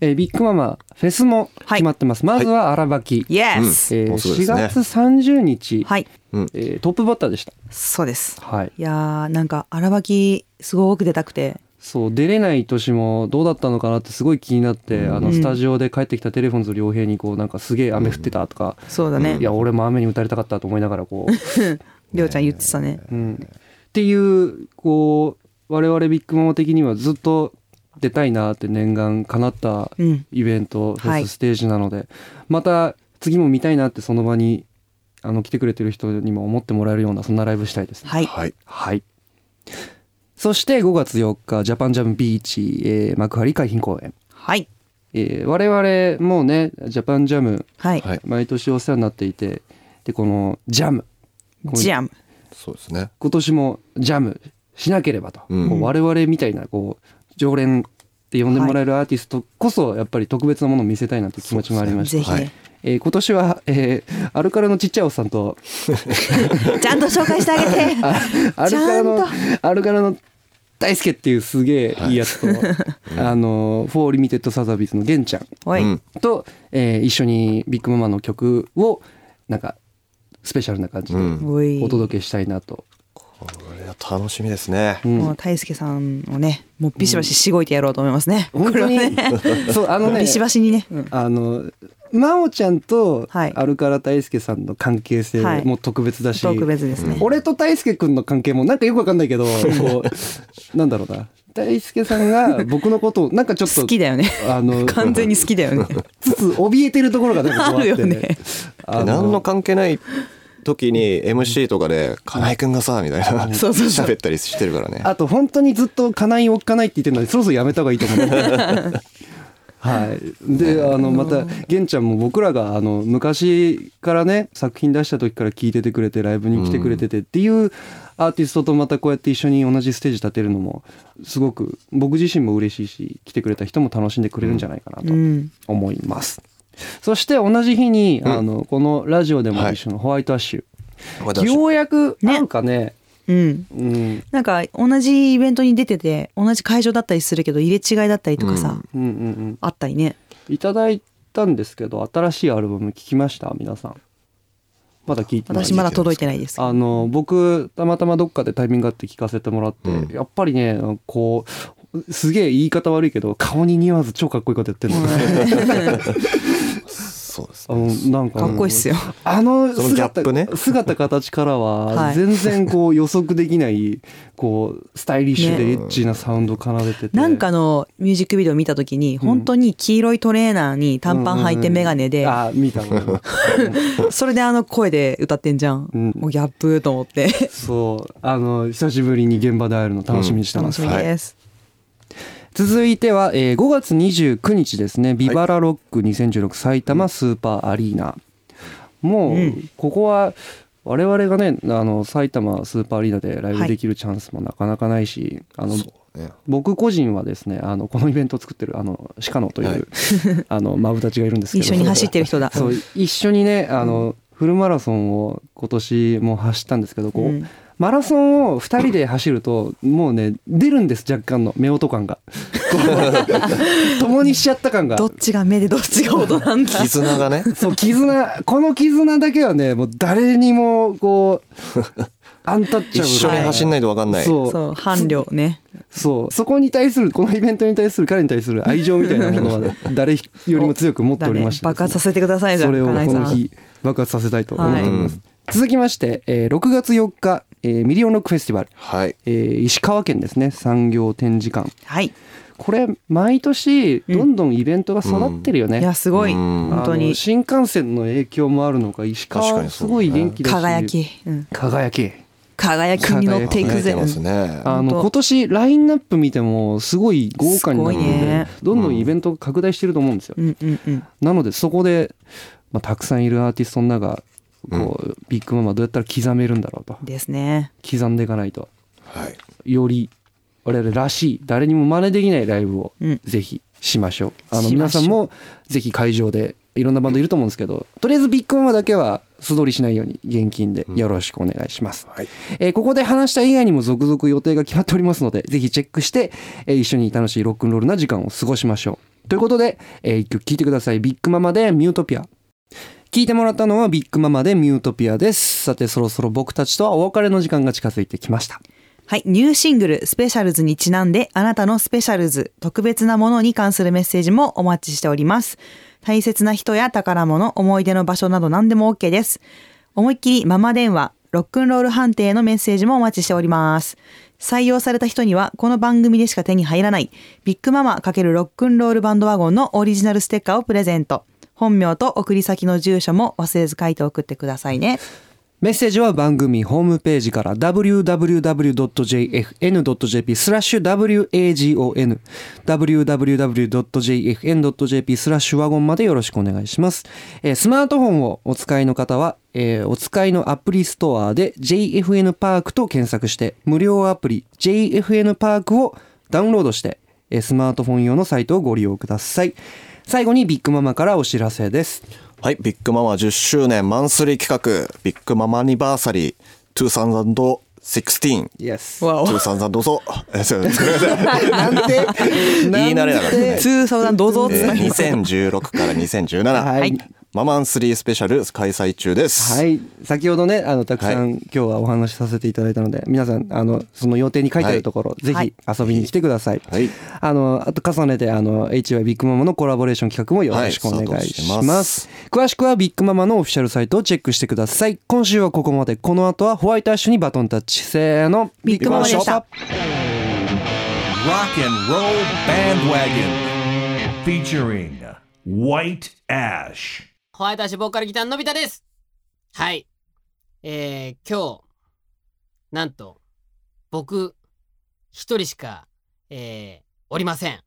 [SPEAKER 4] えービッグママフェスも決まってます、まずは荒垣、
[SPEAKER 1] イエ
[SPEAKER 2] う
[SPEAKER 1] ス、
[SPEAKER 4] えー
[SPEAKER 2] もうそうで
[SPEAKER 4] 4
[SPEAKER 2] すね
[SPEAKER 4] 月30日、
[SPEAKER 1] はい
[SPEAKER 2] うん
[SPEAKER 4] えートップバッターでした
[SPEAKER 1] そうです
[SPEAKER 4] はい
[SPEAKER 1] いやーなんか荒履きすごく出たくて
[SPEAKER 4] そう出れない年もどうだったのかなってすごい気になって、あ
[SPEAKER 1] う
[SPEAKER 4] の
[SPEAKER 1] ん
[SPEAKER 4] スタジオで帰ってきたテレフォンズ良平にこうなんかすげえ雨降ってたとか、
[SPEAKER 1] そうだね、
[SPEAKER 4] いや俺も雨に打たれたかったと思いながらこう
[SPEAKER 1] りょうちゃん言ってたね
[SPEAKER 4] うんっていうこう我々ビッグママ的にはずっと出たいなって念願叶った
[SPEAKER 1] うん
[SPEAKER 4] イベント、フ
[SPEAKER 1] は
[SPEAKER 4] ェ
[SPEAKER 1] い
[SPEAKER 4] スステージなので、また次も見たいなってその場にあの来てくれてる人にも思ってもらえるようなそんなライブしたいですね。
[SPEAKER 1] はい、
[SPEAKER 2] はい
[SPEAKER 4] はいそして5月4日ジャパンジャムビーチ、えー幕張海浜公園、
[SPEAKER 1] はい
[SPEAKER 4] えー我々もうねジャパンジャム
[SPEAKER 1] はい、
[SPEAKER 2] はい
[SPEAKER 4] 毎年お世話になっていてでこのジャムこう
[SPEAKER 1] ジャム
[SPEAKER 2] そうですね
[SPEAKER 4] 今年もジャムしなければと、
[SPEAKER 2] うん
[SPEAKER 4] こう我々みたいなこう常連って呼んでもらえるアーティストこそやっぱり特別なものを見せたいなという気持ちもありました、
[SPEAKER 1] ぜひね、
[SPEAKER 4] えー今年は、えーアルカラのちっちゃいおっさんと
[SPEAKER 1] ちゃんと紹介してあげ て
[SPEAKER 4] アル
[SPEAKER 1] ち
[SPEAKER 4] カ
[SPEAKER 1] ゃ
[SPEAKER 4] ラ
[SPEAKER 1] んと
[SPEAKER 4] のアルカラの大輔っていうすげえいいや つと、あのフォーリミテッドサザビーズのゲンちゃん
[SPEAKER 1] おい、
[SPEAKER 2] うん
[SPEAKER 4] と、えー一緒にビッグママの曲をなんかスペシャルな感じ
[SPEAKER 2] う
[SPEAKER 4] で
[SPEAKER 2] ん
[SPEAKER 1] おい
[SPEAKER 4] お届けしたいなと、
[SPEAKER 2] これは楽しみですね
[SPEAKER 4] うん
[SPEAKER 1] もう大輔さんをねもうビシバシしごいてやろうと思いますね、
[SPEAKER 4] 本
[SPEAKER 1] こ
[SPEAKER 4] 当
[SPEAKER 1] れは
[SPEAKER 4] に
[SPEAKER 1] ね
[SPEAKER 4] そうあのね
[SPEAKER 1] ビシバシにね、うん
[SPEAKER 4] あの真央ちゃんと、
[SPEAKER 1] はい
[SPEAKER 4] アルカラ大輔さんの関係性
[SPEAKER 1] はい
[SPEAKER 4] も特別だし、
[SPEAKER 1] 特別ですね。
[SPEAKER 4] 俺と大輔くんの関係もなんかよくわかんないけどこうなんだろうな大輔さんが僕のことをなんかちょっと
[SPEAKER 1] 好きだ よね。
[SPEAKER 4] あの
[SPEAKER 1] 完全に好きだよね。
[SPEAKER 4] つつ怯えてるところがなんかこうあって
[SPEAKER 1] あるよね
[SPEAKER 4] あ
[SPEAKER 2] 何の関係ない時に MC とかで「金井君がさ」みたいな
[SPEAKER 1] そうそうそう
[SPEAKER 2] 喋ったりしてるからね
[SPEAKER 4] あと本当にずっと家内を置かないって言ってるのでそろそろやめた方がいいと思う。 はい、であのまた玄ちゃんも僕らがあの昔からね作品出した時から聞いててくれてライブに来てくれててっていうアーティストとまたこうやって一緒に同じステージ立てるのもすごく僕自身も嬉しいし来てくれた人も楽しんでくれるんじゃないかなと
[SPEAKER 1] うん。
[SPEAKER 4] 思います。そして同じ日に、あのこのラジオでも一緒のホワイトアッシュ、
[SPEAKER 2] 私
[SPEAKER 4] ようやくなんかね
[SPEAKER 1] うん。
[SPEAKER 4] うん、
[SPEAKER 1] なんか同じイベントに出てて同じ会場だったりするけど入れ違いだったりとかさ、
[SPEAKER 4] うんうんうん
[SPEAKER 1] あったりね
[SPEAKER 4] いただいたんですけど新しいアルバム聞きました皆さんまだ聞いてない
[SPEAKER 1] 私まだ届いてないです
[SPEAKER 4] あの僕たまたまどっかでタイミングがあって聞かせてもらって、
[SPEAKER 2] うん
[SPEAKER 4] やっぱりねこうすげえ言い方悪いけど顔に似合わず超かっこいいことやって るの、
[SPEAKER 2] そうです
[SPEAKER 4] あのなんか
[SPEAKER 1] かっこいいっすよ、
[SPEAKER 4] あの
[SPEAKER 2] そのギャッ
[SPEAKER 4] 姿
[SPEAKER 2] プね
[SPEAKER 4] 姿形から
[SPEAKER 1] は
[SPEAKER 4] はい全然こう予測できないこうスタイリッシュでエッチなサウンド奏でてて、
[SPEAKER 1] なんかのミュージックビデオ見た時に本当に黄色いトレーナーに短パン履いて眼鏡で、
[SPEAKER 4] あ見たの
[SPEAKER 1] それであの声で歌ってんじゃん、
[SPEAKER 4] うん
[SPEAKER 1] もうギャップと思って
[SPEAKER 4] そうあの久しぶりに現場で会えるの楽しみにしてま
[SPEAKER 1] 楽
[SPEAKER 4] す、
[SPEAKER 1] しみです、
[SPEAKER 4] 続いては、えー5月29日ですね「ビバラロック2016埼玉スーパーアリーナ」もう、
[SPEAKER 1] うん
[SPEAKER 4] ここは我々がねあの埼玉スーパーアリーナでライブできるチャンスもなかなかないし、あの
[SPEAKER 2] そう ね
[SPEAKER 4] 僕個人はですねあのこのイベントを作ってるあの鹿野という、
[SPEAKER 2] はい
[SPEAKER 4] あのマブたちがいるんですけど
[SPEAKER 1] 一緒に走ってる人だ
[SPEAKER 4] そう一緒にねあの、フルマラソンを今年も走ったんですけどこう、
[SPEAKER 1] うん
[SPEAKER 4] マラソンを2人で走るともうね出るんです若干の目音感 がこう共にしちゃった感が
[SPEAKER 1] どっちが目でどっちが音なん だ
[SPEAKER 2] 絆がね
[SPEAKER 4] そう絆この絆だけはねもう誰にもこ うアンタッチャブル
[SPEAKER 2] 一緒に走んないと分かんない
[SPEAKER 4] そう
[SPEAKER 1] そう伴侶ね
[SPEAKER 4] そうそこに対するこのイベントに対する彼に対する愛情みたいなも のは誰よりも強く持っておりまして
[SPEAKER 1] だね爆発させてくださいじゃん
[SPEAKER 4] それをこ
[SPEAKER 1] 金井さん
[SPEAKER 4] の日爆発させたいと思っております、
[SPEAKER 2] は
[SPEAKER 4] 続きまして、えー6月4日、えーミリオンロックフェスティバル、
[SPEAKER 2] はい
[SPEAKER 4] えー石川県ですね産業展示館
[SPEAKER 1] はい
[SPEAKER 4] これ毎年どんどんイベントが育ってるよね、
[SPEAKER 1] いやすごい
[SPEAKER 2] うん
[SPEAKER 1] 本当
[SPEAKER 4] あの
[SPEAKER 1] に
[SPEAKER 4] 新幹線の影響もあるのか石
[SPEAKER 2] 確
[SPEAKER 4] 川
[SPEAKER 2] かに
[SPEAKER 4] す
[SPEAKER 2] そうだね
[SPEAKER 4] ごい元気だし
[SPEAKER 1] 輝き、うん、
[SPEAKER 4] 輝き
[SPEAKER 1] 輝きに乗っていく
[SPEAKER 2] 輝い
[SPEAKER 1] ぜ
[SPEAKER 2] てますね
[SPEAKER 4] あ
[SPEAKER 1] 本
[SPEAKER 4] の
[SPEAKER 1] 当
[SPEAKER 4] 今年ラインナップ見てもすごい豪華になってて、
[SPEAKER 1] すごいね
[SPEAKER 4] どんどんイベントが拡大してると思うんですよ、
[SPEAKER 1] うんうんうん
[SPEAKER 4] なのでそこで、まあ、たくさんいるアーティストの中こう、ビッグママどうやったら刻めるんだろうと
[SPEAKER 1] ですね
[SPEAKER 4] 刻んでいかないと
[SPEAKER 2] はい
[SPEAKER 4] より我々らしい誰にも真似できないライブを
[SPEAKER 1] うん
[SPEAKER 4] ぜひしましょう、あの
[SPEAKER 1] し
[SPEAKER 4] 皆
[SPEAKER 1] まし
[SPEAKER 4] さ
[SPEAKER 1] ょうん
[SPEAKER 4] もぜひ会場でいろんなバンドいると思うんですけどとりあえずビッグママだけは素通りしないように現金でよろしくお願いします、
[SPEAKER 2] はい
[SPEAKER 4] えーここで話した以外にも続々予定が決まっておりますのでぜひチェックして、えー一緒に楽しいロックンロールな時間を過ごしましょうということで、えー一曲聴いてくださいビッグママでミュートピア聞いてもらったのはビッグママでミュートピアですさてそろそろ僕たちとはお別れの時間が近づいてきました
[SPEAKER 1] はい。ニューシングル、スペシャルズにちなんで、あなたのスペシャルズ、特別なものに関するメッセージもお待ちしております。大切な人や宝物、思い出の場所など何でも OK です。思いっきりママ電話、ロックンロール判定のメッセージもお待ちしております。採用された人には、この番組でしか手に入らない、ビッグママ×ロックンロールバンドワゴンのオリジナルステッカーをプレゼント。本名と送り先の住所も忘れず書いて送ってくださいね。
[SPEAKER 4] メッセージは番組ホームページから www.jfn.jp スラッシュ wagon www.jfn.jp スラッシュワゴンまでよろしくお願いします。えースマートフォンをお使いの方は、えーお使いのアプリストアで JFN パークと検索して無料アプリ JFN パークをダウンロードしてえースマートフォン用のサイトをご利用ください。最後にビッグママからお知らせです。
[SPEAKER 2] はい、ビッグママ10周年マンスリー企画、ビッグママアニバーサリー2016。
[SPEAKER 4] Yes.
[SPEAKER 1] わ
[SPEAKER 2] 2000どうぞ。え、 すいませんごめんなさい。なんて言い慣れなかったね。
[SPEAKER 1] 通相談どうぞっつった
[SPEAKER 2] えー2016から2017、
[SPEAKER 4] はい
[SPEAKER 2] ママン3スペシャル開催中です。
[SPEAKER 4] はい。先ほどね、あの、たくさん、
[SPEAKER 2] はい
[SPEAKER 4] 今日はお話しさせていただいたので、皆さん、あの、その予定に書いてあるところ、ぜ
[SPEAKER 1] はい
[SPEAKER 4] ひ遊びに来てください。
[SPEAKER 2] はい
[SPEAKER 4] あの、あと重ねて、あの、HY ビッグママのコラボレーション企画もよろしくお願
[SPEAKER 2] はいい
[SPEAKER 4] し
[SPEAKER 2] スタートして
[SPEAKER 4] ま
[SPEAKER 2] ますす。
[SPEAKER 4] 詳しくはビッグママのオフィシャルサイトをチェックしてください。今週はここまで。この後はホワイトアッシュにバトンタッチ。せーの。
[SPEAKER 1] ビッグママでした。
[SPEAKER 3] Rock and Roll Bandwagon. Featuring White Ash.
[SPEAKER 5] ホワイトアッシュボーカルギターののび太ですはい。えー、今日、なんと、僕、一人しか、えー、おりません。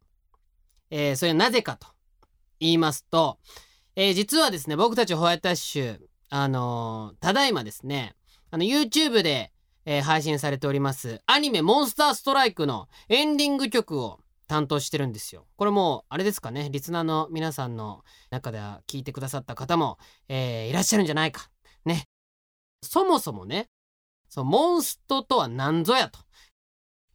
[SPEAKER 5] えー、それはなぜかと言いますと、えー、実はですね、僕たちホワイトアッシュ、あのーただいまですね、あの、YouTube で、えー配信されております、アニメモンスターストライクのエンディング曲を担当してるんですよ。これもう、あれですかね、リスナーの皆さんの中では聞いてくださった方も、えーいらっしゃるんじゃないか。ね。そもそもね、そうモンストとは何ぞやと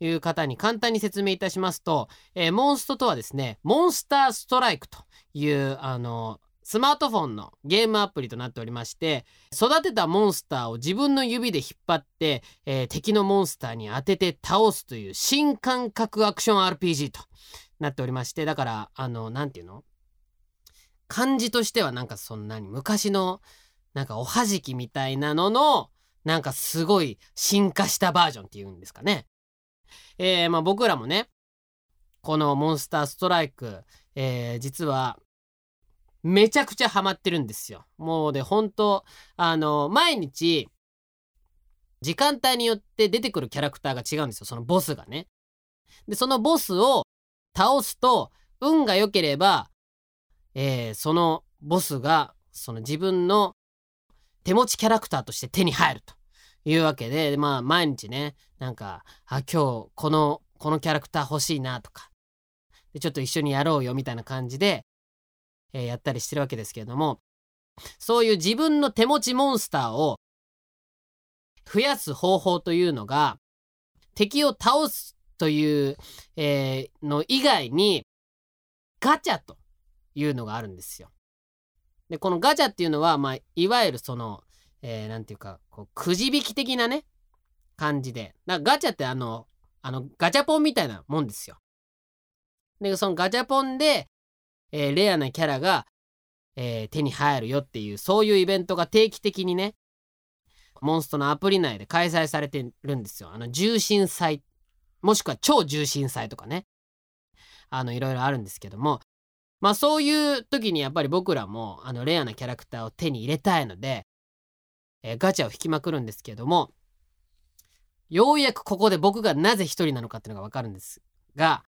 [SPEAKER 5] いう方に簡単に説明いたしますと、えーモンストとはですね、モンスターストライクという、あの、スマートフォンのゲームアプリとなっておりまして、育てたモンスターを自分の指で引っ張って、えー敵のモンスターに当てて倒すという新感覚アクション RPG となっておりまして、だから、あの、なんていうの感じとしてはなんかそんなに昔のなんかおはじきみたいなののなんかすごい進化したバージョンっていうんですかね。えー、まあ僕らもねこの「モンスターストライク」えー、実はめちゃくちゃハマってるんですよ。もうで本当あの毎日時間帯によって出てくるキャラクターが違うんですよそのボスがね。でそのボスを倒すと運が良ければえーそのボスがその自分の手持ちキャラクターとして手に入るというわけでまあ毎日ねなんかあ今日このこのキャラクター欲しいなとかでちょっと一緒にやろうよみたいな感じで、えーやったりしてるわけですけれどもそういう自分の手持ちモンスターを増やす方法というのが敵を倒すという、えーの以外にガチャというのがあるんですよ。でこのガチャっていうのは、まあ、いわゆるその、えーなんていうかこうくじ引き的なね感じでだからガチャってあのあのガチャポンみたいなもんですよ。でそのガチャポンで、えーレアなキャラが、えー手に入るよっていうそういうイベントが定期的にねモンストのアプリ内で開催されてるんですよ。あの重心祭もしくは超重心祭とかねあのいろいろあるんですけどもまあそういう時にやっぱり僕らもあのレアなキャラクターを手に入れたいので、えーガチャを引きまくるんですけどもようやくここで僕がなぜ一人なのかっていうのがわかるんですが、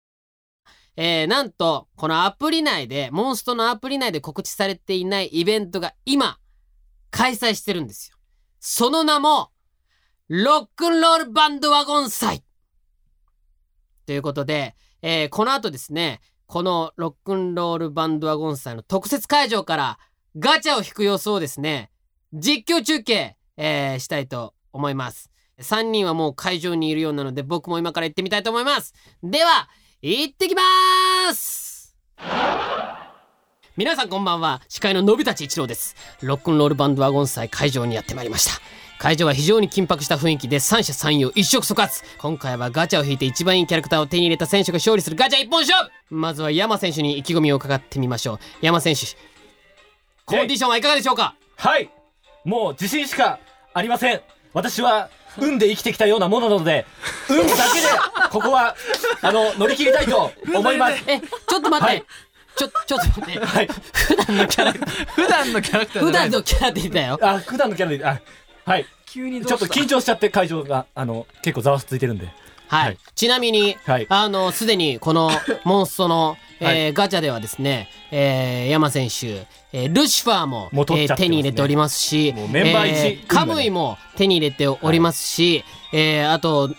[SPEAKER 5] えーなんとこのアプリ内でモンストのアプリ内で告知されていないイベントが今開催してるんですよ。その名もロックンロールバンドワゴン祭ということで、えーこの後ですねこのロックンロールバンドワゴン祭の特設会場からガチャを引く様子をですね、実況中継、えーしたいと思います。3人はもう会場にいるようなので、僕も今から行ってみたいと思います。では、行ってきます皆さんこんばんは司会ののび太ち一郎ですロックンロールバンドワゴン祭会場にやってまいりました会場は非常に緊迫した雰囲気で三者三様一触即発今回はガチャを引いて一番いいキャラクターを手に入れた選手が勝利するガチャ一本勝負まずは山選手に意気込みを伺ってみましょう山選手コンディションはいかがでしょうか
[SPEAKER 6] はいもう自信しかありません私は運で生きてきたようなものなので運だけでここはあの乗り切りたいと思います
[SPEAKER 5] えちょっと待って、
[SPEAKER 6] はい
[SPEAKER 5] ちょ ちょっと待って、
[SPEAKER 6] はい
[SPEAKER 5] 普段のキャラ
[SPEAKER 7] 普段のキャラク
[SPEAKER 5] 普
[SPEAKER 7] ターじゃな
[SPEAKER 5] 段
[SPEAKER 7] い
[SPEAKER 5] のキャラでいたよ
[SPEAKER 6] あ普段のキャラであはい
[SPEAKER 7] 急に
[SPEAKER 6] ちょっと緊張しちゃって会場があの結構ざわついてるんで
[SPEAKER 5] はい、
[SPEAKER 6] はい
[SPEAKER 5] ちなみに、
[SPEAKER 6] はい
[SPEAKER 5] あのすでにこ のモンストの、えー
[SPEAKER 6] は
[SPEAKER 5] ガチャではですね、えー、山選手、えールシファーも
[SPEAKER 6] もう取っち
[SPEAKER 5] えー
[SPEAKER 6] ゃってま
[SPEAKER 5] 手
[SPEAKER 6] すね
[SPEAKER 5] に入れておりますし
[SPEAKER 6] もうメンバー一
[SPEAKER 5] えーカムイも手に入れておりますし、えーあと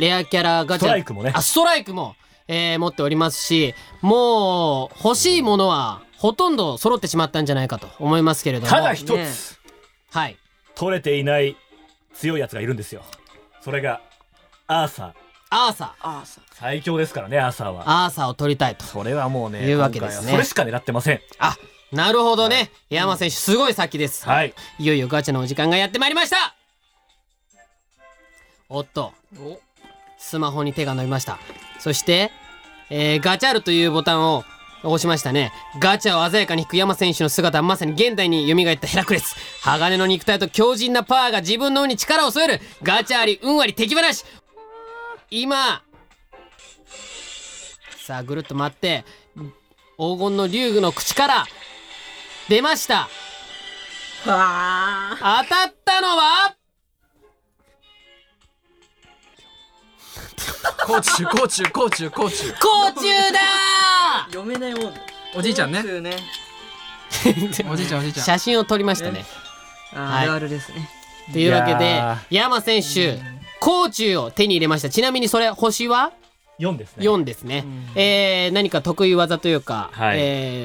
[SPEAKER 5] レアキャラガチャ
[SPEAKER 6] ストライクもね
[SPEAKER 5] あストライクも、えー持っておりますしもう欲しいものはほとんど揃ってしまったんじゃないかと思いますけれども
[SPEAKER 6] ただ一つ、
[SPEAKER 7] ね
[SPEAKER 5] はい
[SPEAKER 6] 取れていない強いやつがいるんですよそれがアーサー
[SPEAKER 5] アーサー
[SPEAKER 7] あーさ
[SPEAKER 6] 最強ですからねアーサーは
[SPEAKER 5] アーサーを取りたいと
[SPEAKER 6] それはもうね
[SPEAKER 5] いうわけですね
[SPEAKER 6] 今回はそれしか狙ってません
[SPEAKER 5] あなるほどね。山選手、すごい先です。
[SPEAKER 6] はい。
[SPEAKER 5] いよいよガチャのお時間がやってまいりましたおっとスマホに手が伸びましたそして、えーガチャルというボタンを押しましたねガチャを鮮やかに引く山選手の姿はまさに現代に蘇ったヘラクレス鋼の肉体と強靭なパワーが自分の運に力を添えるガチャあり運あり敵話今さあぐるっと回って黄金の竜宮の口から出ました当たったのは
[SPEAKER 7] コーチュコーチュコーチュコーチュ
[SPEAKER 5] 甲虫だ
[SPEAKER 8] 読めないもん
[SPEAKER 7] おじいちゃんね
[SPEAKER 8] 普通ね
[SPEAKER 7] おじいちゃんおじいちゃん
[SPEAKER 5] 写真を撮りましたね。
[SPEAKER 8] あーあるあるですね
[SPEAKER 5] というわけ
[SPEAKER 6] い
[SPEAKER 5] で
[SPEAKER 6] や
[SPEAKER 5] 山選手甲虫を手に入れましたちなみにそれ星は
[SPEAKER 6] 4ですね。
[SPEAKER 5] 4ですね、えー、何か得意技というか、
[SPEAKER 6] はい
[SPEAKER 5] え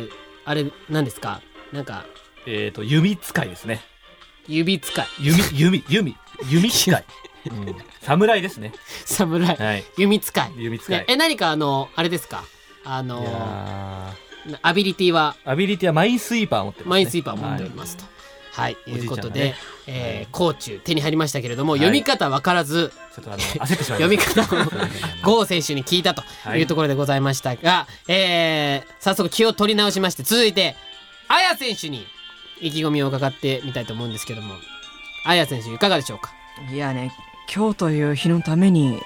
[SPEAKER 5] ー、あれ何ですかなんか
[SPEAKER 6] えっ、と、弓使いですね。
[SPEAKER 5] 指使い
[SPEAKER 6] 弓、弓、弓、弓使い。うん、侍ですね。
[SPEAKER 5] 侍、
[SPEAKER 6] はい。
[SPEAKER 5] 弓使い
[SPEAKER 6] 弓使い
[SPEAKER 5] ね。え何かあのあれですかあ
[SPEAKER 6] い
[SPEAKER 5] の
[SPEAKER 6] や
[SPEAKER 5] アビリティは
[SPEAKER 6] ーアビリティはマインスイーパー持ってます、ね。
[SPEAKER 5] マインスイーパー持っておりますと。はい、
[SPEAKER 6] お
[SPEAKER 5] い
[SPEAKER 6] じ
[SPEAKER 5] う
[SPEAKER 6] いちゃ
[SPEAKER 5] こ
[SPEAKER 6] んが
[SPEAKER 5] と
[SPEAKER 6] ね
[SPEAKER 5] で、えー、甲虫手に入りましたけれども、
[SPEAKER 6] はい
[SPEAKER 5] 読み方わからず、
[SPEAKER 6] はい。ちょっとあの、焦ってしまい
[SPEAKER 5] 読み
[SPEAKER 6] まし
[SPEAKER 5] 方を郷選手に聞いたというところでございましたが、えー早速気を取り直しまして続いて綾選手に意気込みを伺ってみたいと思うんですけども綾選手いかがでしょうか
[SPEAKER 8] いやね今日という日のために、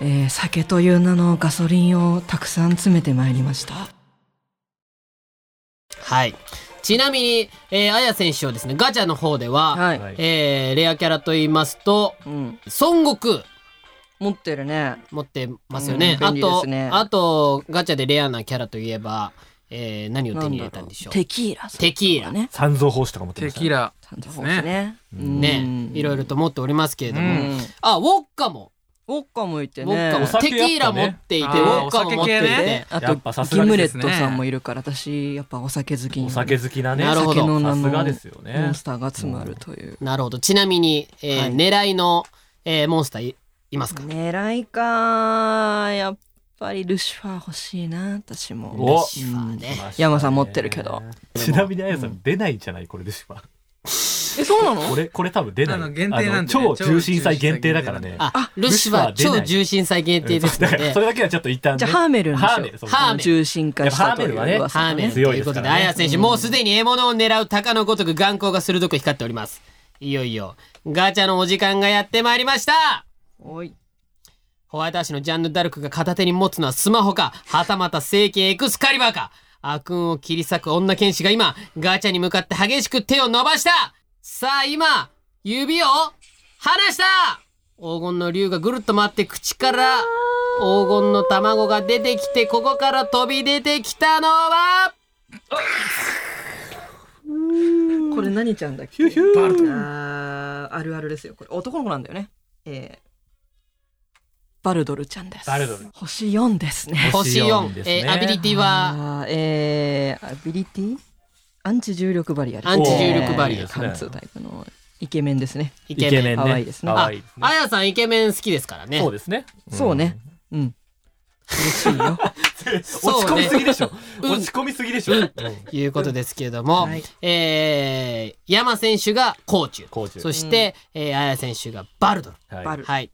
[SPEAKER 8] えー酒という名のガソリンをたくさん詰めてまいりました
[SPEAKER 5] はいちなみに、えー、綾選手はですねガチャの方では、
[SPEAKER 8] はい、
[SPEAKER 6] はい
[SPEAKER 5] えーレアキャラと言いますと
[SPEAKER 8] うん、
[SPEAKER 5] 孫悟空
[SPEAKER 8] 持ってるね
[SPEAKER 5] 持ってますよね,、
[SPEAKER 8] うん便利で
[SPEAKER 5] あと
[SPEAKER 8] すね
[SPEAKER 5] あとガチャでレアなキャラといえば、えー何を手に入れたんでしょう
[SPEAKER 8] テキーラ
[SPEAKER 5] テキーラ
[SPEAKER 8] ね
[SPEAKER 6] た。三蔵法師とか持ってま
[SPEAKER 7] テ
[SPEAKER 6] した、
[SPEAKER 7] キーラ
[SPEAKER 8] 炭酸ですね
[SPEAKER 5] ねいろいろと持っておりますけれども、
[SPEAKER 8] うん
[SPEAKER 5] あウォッカも
[SPEAKER 8] ウォッカもいて
[SPEAKER 5] ウォッ
[SPEAKER 8] ね
[SPEAKER 5] カも
[SPEAKER 6] お酒
[SPEAKER 5] テキーラ
[SPEAKER 6] やっぱ
[SPEAKER 5] 持
[SPEAKER 6] ね
[SPEAKER 5] っていて、
[SPEAKER 7] あ
[SPEAKER 5] ウ
[SPEAKER 7] ー
[SPEAKER 5] ォッカも持っていて、
[SPEAKER 7] お酒系ね
[SPEAKER 8] あ
[SPEAKER 6] や
[SPEAKER 8] と
[SPEAKER 6] っぱさす
[SPEAKER 8] ギ
[SPEAKER 6] が
[SPEAKER 8] ムレ
[SPEAKER 7] です
[SPEAKER 8] ッ
[SPEAKER 7] ね
[SPEAKER 8] トさんもいるから私やっぱお酒好きに
[SPEAKER 6] お酒好きなね。
[SPEAKER 5] なるほど
[SPEAKER 8] お酒の名
[SPEAKER 6] さ
[SPEAKER 8] の
[SPEAKER 6] すがですよ
[SPEAKER 8] モ
[SPEAKER 6] ね
[SPEAKER 8] ンス。ターが詰まるという、
[SPEAKER 5] なるほどちなみに、えー
[SPEAKER 8] はい
[SPEAKER 5] 狙いの、えーモンスターいいますか
[SPEAKER 8] 狙いかーやっぱりルシファー欲しいな私も
[SPEAKER 6] お
[SPEAKER 5] シファーね
[SPEAKER 8] 山さん持ってるけど。
[SPEAKER 6] ちなみにあやさん出ないんじゃないこれでしょ。
[SPEAKER 8] えそうなの
[SPEAKER 6] これこれ多分出ない。
[SPEAKER 7] あの限定なんでね
[SPEAKER 6] あの超重心祭限定だからね。
[SPEAKER 5] あルシファー
[SPEAKER 6] ルシファー出な
[SPEAKER 5] 超
[SPEAKER 6] い
[SPEAKER 5] 重心再限定です
[SPEAKER 6] だ
[SPEAKER 5] の
[SPEAKER 6] から
[SPEAKER 5] で
[SPEAKER 6] それだけはちょっと一旦ね。
[SPEAKER 8] じゃあハーメルにしよう
[SPEAKER 6] ハーメルそう
[SPEAKER 5] ハーメル
[SPEAKER 8] 重心化したという
[SPEAKER 6] やっぱハーメルはね
[SPEAKER 8] 噂
[SPEAKER 5] ハーメンと
[SPEAKER 6] 強
[SPEAKER 5] いう
[SPEAKER 6] いです
[SPEAKER 5] こ
[SPEAKER 6] か
[SPEAKER 5] と
[SPEAKER 6] ら
[SPEAKER 5] で
[SPEAKER 6] ね
[SPEAKER 5] アヤ選手もうすでに獲物を狙う鷹のごとく眼光が鋭く光っておりますいよいよガチャのお時間がやってまいりました
[SPEAKER 8] おい
[SPEAKER 5] ホワイトアッシュのジャンヌ・ダルクが片手に持つのはスマホか、はたまた聖剣エクスカリバーか。悪運を切り裂く女剣士が今、ガチャに向かって激しく手を伸ばしたさあ今、指を離した黄金の竜がぐるっと回って口から黄金の卵が出てきて、ここから飛び出てきたのは、
[SPEAKER 8] これ何ちゃんだっけヒュバルトあーあるあるですよこれ男の子なんだよねえーバルドルちゃんです
[SPEAKER 6] バルドル
[SPEAKER 8] 星4ですね
[SPEAKER 5] 星4。
[SPEAKER 6] 星四ですね
[SPEAKER 5] えーアビリティは、
[SPEAKER 8] あーえー、アビリティアンチ重力バリアです
[SPEAKER 5] アンチ重力バリア
[SPEAKER 8] えー貫通タイプのイケメンですね
[SPEAKER 5] イ
[SPEAKER 6] イ
[SPEAKER 5] ケメ
[SPEAKER 6] ケ
[SPEAKER 5] ン。
[SPEAKER 6] メンね。
[SPEAKER 8] 可愛いですね
[SPEAKER 6] 可愛いですね
[SPEAKER 5] あやさんイケメン好きですからね。
[SPEAKER 6] そうですね。
[SPEAKER 8] そうねうん嬉しいよ
[SPEAKER 5] そうね
[SPEAKER 6] 落ち込みすぎでしょ。
[SPEAKER 5] うん
[SPEAKER 6] 落ち込みすぎでしょ。
[SPEAKER 5] ということですけれども、
[SPEAKER 8] はい
[SPEAKER 5] えー、山選手がコーチュ
[SPEAKER 6] コーチュ
[SPEAKER 5] そして、えー、綾選手がバルドル、
[SPEAKER 6] はい
[SPEAKER 8] バル
[SPEAKER 5] はい、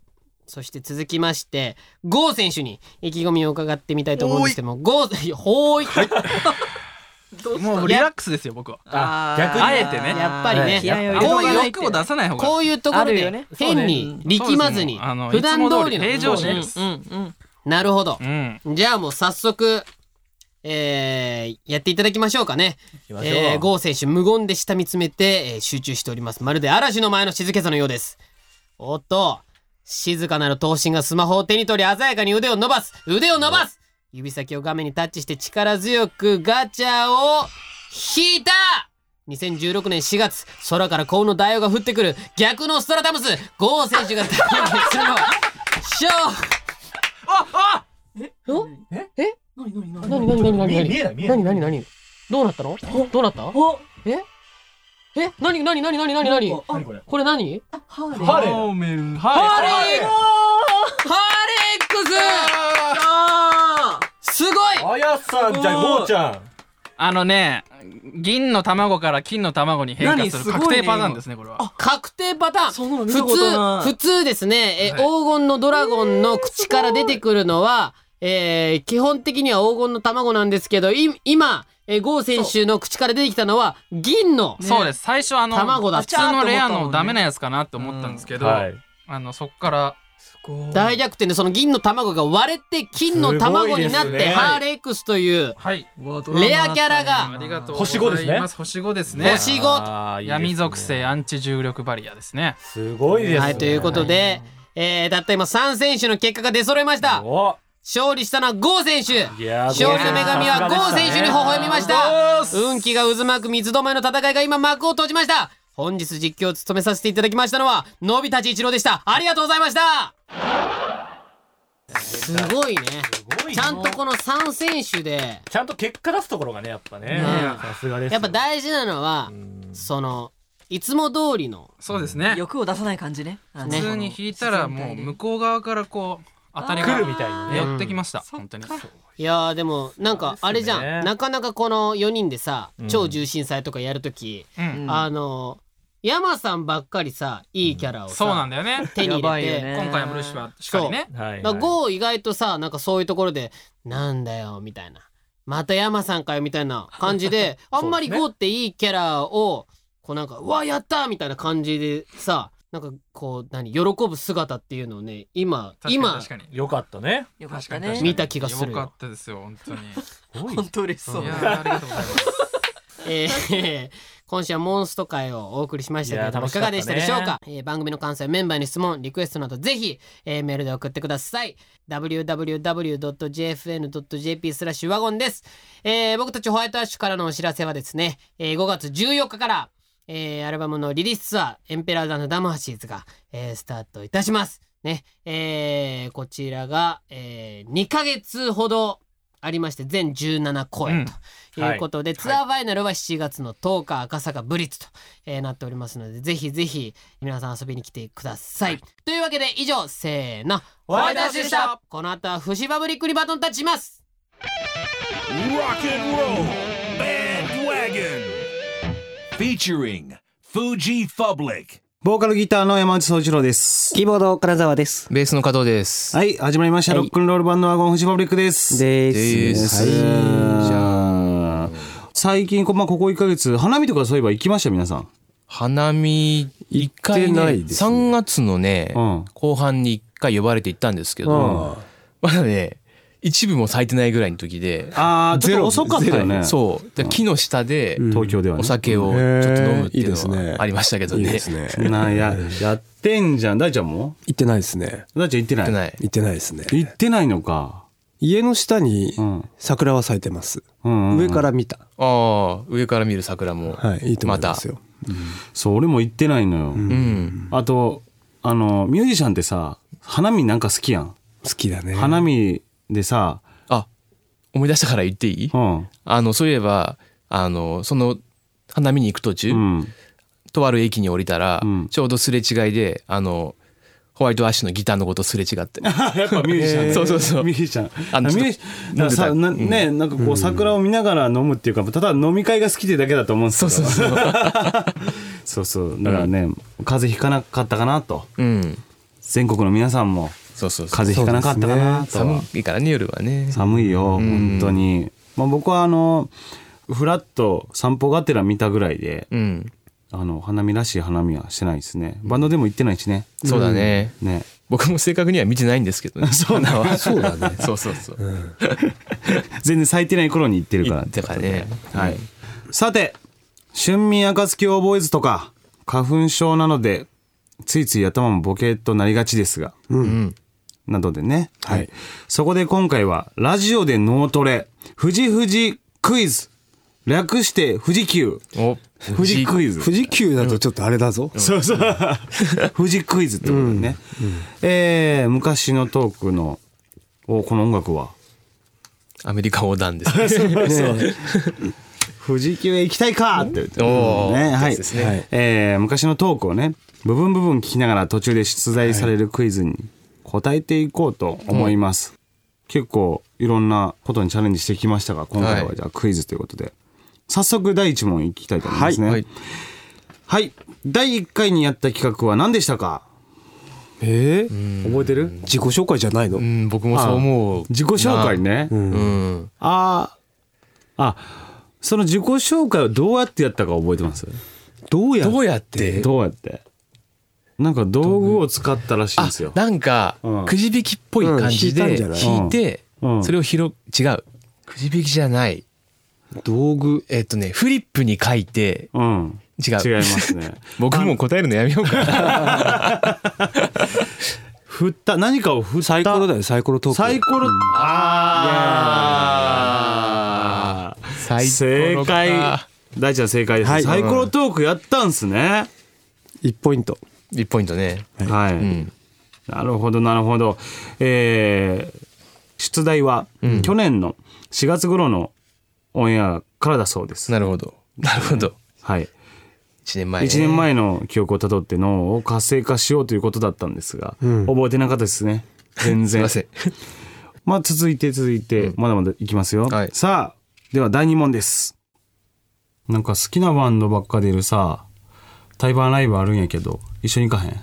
[SPEAKER 5] そして続きましてゴー選手に意気込みを伺ってみたいと思うんですけどもゴーいやほーい、
[SPEAKER 7] もうリラックスですよ僕は
[SPEAKER 6] あ逆に
[SPEAKER 7] あえてね
[SPEAKER 5] やっぱりね
[SPEAKER 8] 気合を入れて
[SPEAKER 7] こ
[SPEAKER 5] こ
[SPEAKER 7] う
[SPEAKER 5] う
[SPEAKER 7] いう
[SPEAKER 5] いう
[SPEAKER 7] 欲を出さない方が
[SPEAKER 5] こういうところ
[SPEAKER 8] あるよ
[SPEAKER 5] で
[SPEAKER 8] ね
[SPEAKER 5] 変に力まずに、
[SPEAKER 7] そうねうん
[SPEAKER 5] 普段通りの
[SPEAKER 7] いつも通り平常心です
[SPEAKER 5] うんうん
[SPEAKER 8] うん
[SPEAKER 5] なるほど
[SPEAKER 7] う、ん
[SPEAKER 5] じゃあもう早速えー、やっていただきましょうかね。
[SPEAKER 6] きましょう
[SPEAKER 5] えー、ゴー選手無言で下見つめて、えー集中しております。まるで嵐の前の静けさのようです。おっと、静かなる闘神がスマホを手に取り鮮やかに腕を伸ばす腕を伸ばす指先を画面にタッチして力強くガチャを引いた2016年4月、空から幸運の大王が降ってくる逆のストラタムスゴー選手が体験するのショーなになになになになになになになにどうなったのどうなったええなになになになになになに
[SPEAKER 6] 何これ。
[SPEAKER 5] これ何
[SPEAKER 8] ハーレ
[SPEAKER 6] ハーレ
[SPEAKER 7] ハ
[SPEAKER 6] ー。
[SPEAKER 7] ーメル
[SPEAKER 5] ハー
[SPEAKER 7] ハ
[SPEAKER 5] レーハーレックスすごい
[SPEAKER 6] あやさんじゃんゴーちゃん。
[SPEAKER 7] ーあのね銀の卵から金の卵に変化す
[SPEAKER 8] 何
[SPEAKER 7] る
[SPEAKER 8] すごいね
[SPEAKER 7] 確定パターンですねこれは
[SPEAKER 5] 確定パターン
[SPEAKER 8] そんなの見
[SPEAKER 5] 普
[SPEAKER 8] たことない
[SPEAKER 5] 通普通ですね、え
[SPEAKER 7] はい
[SPEAKER 5] 黄金のドラゴンの口から出てくるのは、えー基本的には黄金の卵なんですけどい今、えー、郷選手の口から出てきたのは銀の
[SPEAKER 7] そうです最初あの
[SPEAKER 5] 卵だ
[SPEAKER 7] 普通のレアのダメなやつかなって思ったんですけど、
[SPEAKER 6] はい。
[SPEAKER 7] あのそっから
[SPEAKER 8] すごい
[SPEAKER 5] 大逆転でその銀の卵が割れて金の卵になっ
[SPEAKER 6] す
[SPEAKER 5] て、
[SPEAKER 6] ごいですね
[SPEAKER 5] ハーレックスという
[SPEAKER 7] はい
[SPEAKER 5] レアキャラが
[SPEAKER 7] ありがとう
[SPEAKER 6] 星五ですね
[SPEAKER 7] ございます星5ですね
[SPEAKER 5] 星5
[SPEAKER 6] あーいいですね
[SPEAKER 7] 闇属性アンチ重力バリアですね
[SPEAKER 6] すごいですね。
[SPEAKER 5] はい、ということで、えー、たった今3選手の結果が出揃いました
[SPEAKER 6] お
[SPEAKER 5] 勝利したのは郷選手
[SPEAKER 6] いやー
[SPEAKER 5] 勝利の女神は郷選手に微笑みました
[SPEAKER 7] おー
[SPEAKER 5] 運気が渦巻く三つどもえの戦いが今幕を閉じました本日実況を務めさせていただきましたのはのび太ち一郎でしたありがとうございましたすごいね
[SPEAKER 6] ごい
[SPEAKER 5] ち
[SPEAKER 6] な
[SPEAKER 5] ゃんとこの3選手で
[SPEAKER 6] ちゃんと結果出すところがね、やっぱね。さすがです。
[SPEAKER 5] やっぱ大事なのはそのいつも通りの
[SPEAKER 7] そうですね
[SPEAKER 8] 欲を出さない感じねあの
[SPEAKER 5] ね
[SPEAKER 7] 普通に引いたらもう向こう側からこう当たりが
[SPEAKER 6] 来るみたいにね。
[SPEAKER 7] 寄ってきました本当に
[SPEAKER 5] いやーでもなんかあれじゃん、なかなかこの4人でさ超重心祭とかやるとき、
[SPEAKER 7] うん
[SPEAKER 5] あの山さんばっかりさいいキャラをさ、
[SPEAKER 7] そうなんだよね
[SPEAKER 5] 手に
[SPEAKER 8] やば
[SPEAKER 5] 入
[SPEAKER 8] い
[SPEAKER 5] れ
[SPEAKER 8] よ
[SPEAKER 5] て、
[SPEAKER 8] ね
[SPEAKER 7] 今回はブルシファーしかりね
[SPEAKER 6] はい
[SPEAKER 5] だ
[SPEAKER 6] は
[SPEAKER 5] か
[SPEAKER 6] い
[SPEAKER 5] らゴー意外とさなんかそういうところで「なんだよ」みたいな「また山さんかよ」みたいな感じ であんまりゴーっていいキャラをこうなんか「うわやった!」みたいな感じでさなんかこう何喜ぶ姿っていうのをね今
[SPEAKER 7] 確かに
[SPEAKER 5] 今
[SPEAKER 7] 確かに
[SPEAKER 6] よかったね。
[SPEAKER 8] よかった
[SPEAKER 7] 確かに確か
[SPEAKER 8] ね
[SPEAKER 7] に
[SPEAKER 5] 見た気がするよ
[SPEAKER 7] よかったですよ本当に
[SPEAKER 8] 本当嬉しそう
[SPEAKER 7] いやーありがとうございます
[SPEAKER 5] えー今週はモンスト会をお送りしましたけれど
[SPEAKER 6] いや
[SPEAKER 5] も
[SPEAKER 6] ー
[SPEAKER 5] いかがでしたでしょう
[SPEAKER 6] 楽しか
[SPEAKER 5] か、えー番組の感想やメンバーに質問リクエストなどぜひ、えーメールで送ってください www.jfn.jp スラッシュワゴンです、えー僕たちホワイトアッシュからのお知らせはですね、えー5月14日から、えーアルバムのリリースツアーエンペラーザのダムハシーズが、えースタートいたしますね、えーこちらが、え2ヶ月ほどありまして全17公演と、ということで、ツアーファイナルは7月の10日赤坂ブリッツと、えーなっておりますのでぜひぜひ皆さん遊びに来てください、というわけで以上せーの
[SPEAKER 6] ホワイトアッシュでした
[SPEAKER 5] この後はフジファブリックにバトンタッチします
[SPEAKER 3] Rock and Roll Bandwagon featuring Fuji Public.
[SPEAKER 9] ボーカルギターの山内総一郎です。
[SPEAKER 10] キーボード金沢です。
[SPEAKER 11] ベースの加藤です。
[SPEAKER 9] はい、始まりました。
[SPEAKER 10] はい
[SPEAKER 9] ロックンロールバンドワゴンフジファブリックです。
[SPEAKER 10] で。
[SPEAKER 9] ですすはい最近、こまあ、ここ1ヶ月、花見とかそういえば行きました、皆さん。
[SPEAKER 11] 花見、一回、
[SPEAKER 9] 行って
[SPEAKER 11] ね、
[SPEAKER 9] ないですね
[SPEAKER 11] 3月のね、
[SPEAKER 9] うん
[SPEAKER 11] 後半に一回呼ばれて行ったんですけど、まだね、一部も咲いてないぐらいの時で、
[SPEAKER 9] ああ、ちょっと遅かったよ
[SPEAKER 11] は
[SPEAKER 9] ね。
[SPEAKER 11] いそう。で木の下で、
[SPEAKER 9] 東京ではね。
[SPEAKER 11] お酒をちょっと飲むっていうのはありましたけどね。
[SPEAKER 9] ね。な や、やってんじゃん。大ちゃんも
[SPEAKER 12] 行ってないですね
[SPEAKER 9] 大ちゃん行ってない
[SPEAKER 11] 行ってない。
[SPEAKER 12] 行ってないですね
[SPEAKER 9] 行ってないのか。
[SPEAKER 12] 家の下に
[SPEAKER 9] うん
[SPEAKER 12] 桜は咲いてます、
[SPEAKER 9] うんうん
[SPEAKER 12] 上から見た
[SPEAKER 11] ああ、上から見る桜も。
[SPEAKER 12] はいいいと思いますよ、
[SPEAKER 9] そう、俺も行ってないのよ。
[SPEAKER 11] また。うん。
[SPEAKER 9] あと、あの、ミュージシャンってさ、花見なんか好きやん。
[SPEAKER 12] 好きだね
[SPEAKER 9] 花見でさ、
[SPEAKER 11] あ、思い出したから言っていい、
[SPEAKER 9] うん。
[SPEAKER 11] あの、そういえば、あの、その、花見に行く途中、
[SPEAKER 9] うん。
[SPEAKER 11] とある駅に降りたら、
[SPEAKER 9] うん
[SPEAKER 11] ちょうどすれ違いであのホワイトアッシュのギターのことすれ違っ て
[SPEAKER 9] やっぱミュージシャ ン、
[SPEAKER 11] そうそうそう
[SPEAKER 9] ミュージシャン。
[SPEAKER 11] あの
[SPEAKER 9] ミュージ
[SPEAKER 11] ちょっと
[SPEAKER 9] さ
[SPEAKER 11] 飲んでた
[SPEAKER 9] なね、なんかこう桜を見ながら飲むっていうか、ただ飲み会が好きでだけだと思うんですけど。そうそうそう。だからね、風邪ひかなかったかなと。
[SPEAKER 11] うん
[SPEAKER 9] 全国の皆さんも
[SPEAKER 11] そうそうそう
[SPEAKER 9] 風邪ひかなかったかなと。
[SPEAKER 11] 寒いからね夜はね
[SPEAKER 9] 寒いよ、本当に。まあ僕はあの、フラッと散歩がてら見たぐらいで、
[SPEAKER 11] うん
[SPEAKER 9] あの、花見らしい花見はしてないですね。バンドでも行ってないしね。
[SPEAKER 11] そうだね、
[SPEAKER 9] ね。
[SPEAKER 11] 僕も正確には見てないんです けどねそうだわそうだね そうそうそう、
[SPEAKER 9] 全然咲いてない頃に行ってるから
[SPEAKER 11] だからね
[SPEAKER 9] はい。さて、春眠暁を覚えずとか、花粉症なので、ついつい頭もボケっとなりがちですが、
[SPEAKER 11] うん
[SPEAKER 9] などでね。はい。そこで今回は、ラジオで脳トレ、富士富士クイズ、略して富士急、
[SPEAKER 11] お
[SPEAKER 9] 富士クイズ。
[SPEAKER 12] 富士急だとちょっとあれだぞ、
[SPEAKER 9] そうそう。富士クイズってことでね。えー昔のトークの、おこの音楽は、
[SPEAKER 11] アメリカ横 断ですね
[SPEAKER 9] 富士急へ行きたいかって言って
[SPEAKER 11] おー
[SPEAKER 9] ね、はい
[SPEAKER 11] やつですね
[SPEAKER 9] はいえー昔のトークをね部分部分聞きながら途中で出題されるクイズに答えていこうと思います、結構いろんなことにチャレンジしてきましたが今回ははいじゃあクイズということで、早速第一問いきたいと思いますね。はい。はい。第一回にやった企画は何でしたかえー、覚えてる自己紹介じゃないのうん、僕
[SPEAKER 11] もそう思う
[SPEAKER 9] 自己紹介ね。うん。ああ。あ、その自己紹介をどうやってやったか覚えてますどうやってどうやってどうやってなんか道具を使ったらしいんですよ。
[SPEAKER 11] なんかくじ引きっぽい感じ
[SPEAKER 9] うん引い
[SPEAKER 11] で
[SPEAKER 9] たんじゃない
[SPEAKER 11] 引いて
[SPEAKER 9] うん
[SPEAKER 11] それを広違うくじ引きじゃない
[SPEAKER 9] 道具
[SPEAKER 11] えっとねフリップに書いて
[SPEAKER 9] 違う
[SPEAKER 11] 違
[SPEAKER 9] 違い
[SPEAKER 11] い
[SPEAKER 9] ますね
[SPEAKER 11] 僕も答えるのやめようかな
[SPEAKER 9] 振った何かを振ったサイコロだよサイコロトークサイコロああ
[SPEAKER 12] イコ
[SPEAKER 9] 正
[SPEAKER 12] ロか
[SPEAKER 9] 解大ちゃん正解です、
[SPEAKER 12] はい
[SPEAKER 9] サイコロトークやったんすね1ポイント1ポイントねはい、なるほどなるほどえー出題は去年の4月頃のオンエアからだそうです、なるほどなるほどはい1年
[SPEAKER 11] ね
[SPEAKER 9] 1年前の記憶をたどって脳を活性化しようということだったんですが、
[SPEAKER 11] うん
[SPEAKER 9] 覚えてなかった ですね全然
[SPEAKER 11] すい
[SPEAKER 9] ませんまあ続いて続いて、まだまだいきますよ、さあでは第2問ですなんか好きなバンドばっかでいるさ対バンライブあるんやけど一緒に行かへん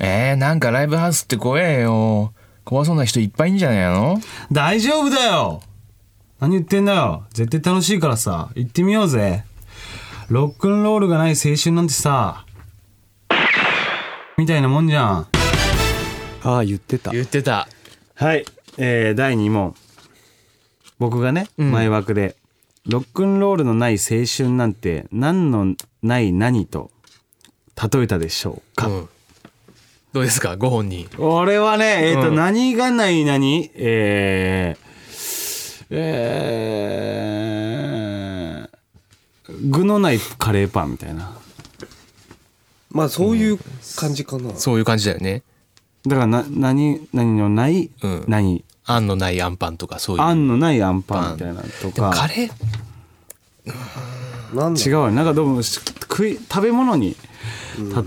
[SPEAKER 11] えー、なんかライブハウスって怖えよ怖そうな人いっぱいいんじゃないの
[SPEAKER 9] 大丈夫だよ何言ってんだよ絶対楽しいからさ行ってみようぜロックンロールがない青春なんてさみたいなもんじゃんああ言ってた言ってたはいえー、第2問僕がね前枠で、ロックンロールのない青春なんて何のない何と例えたでしょうか、
[SPEAKER 11] どうですかご本人
[SPEAKER 9] 俺はね、えっ、と、
[SPEAKER 11] うん
[SPEAKER 9] 何がない何えー、えー、具のないカレーパンみたいな。
[SPEAKER 12] まあそういう感じかな、
[SPEAKER 9] そういう感じだよね。だからな、何、何のない、何。
[SPEAKER 11] あんのないアンパンとかそういう
[SPEAKER 9] あんのないあんパンみたいなと
[SPEAKER 11] でも
[SPEAKER 9] か。
[SPEAKER 11] カレー
[SPEAKER 9] 違うよなんかどうもし食い食べ物に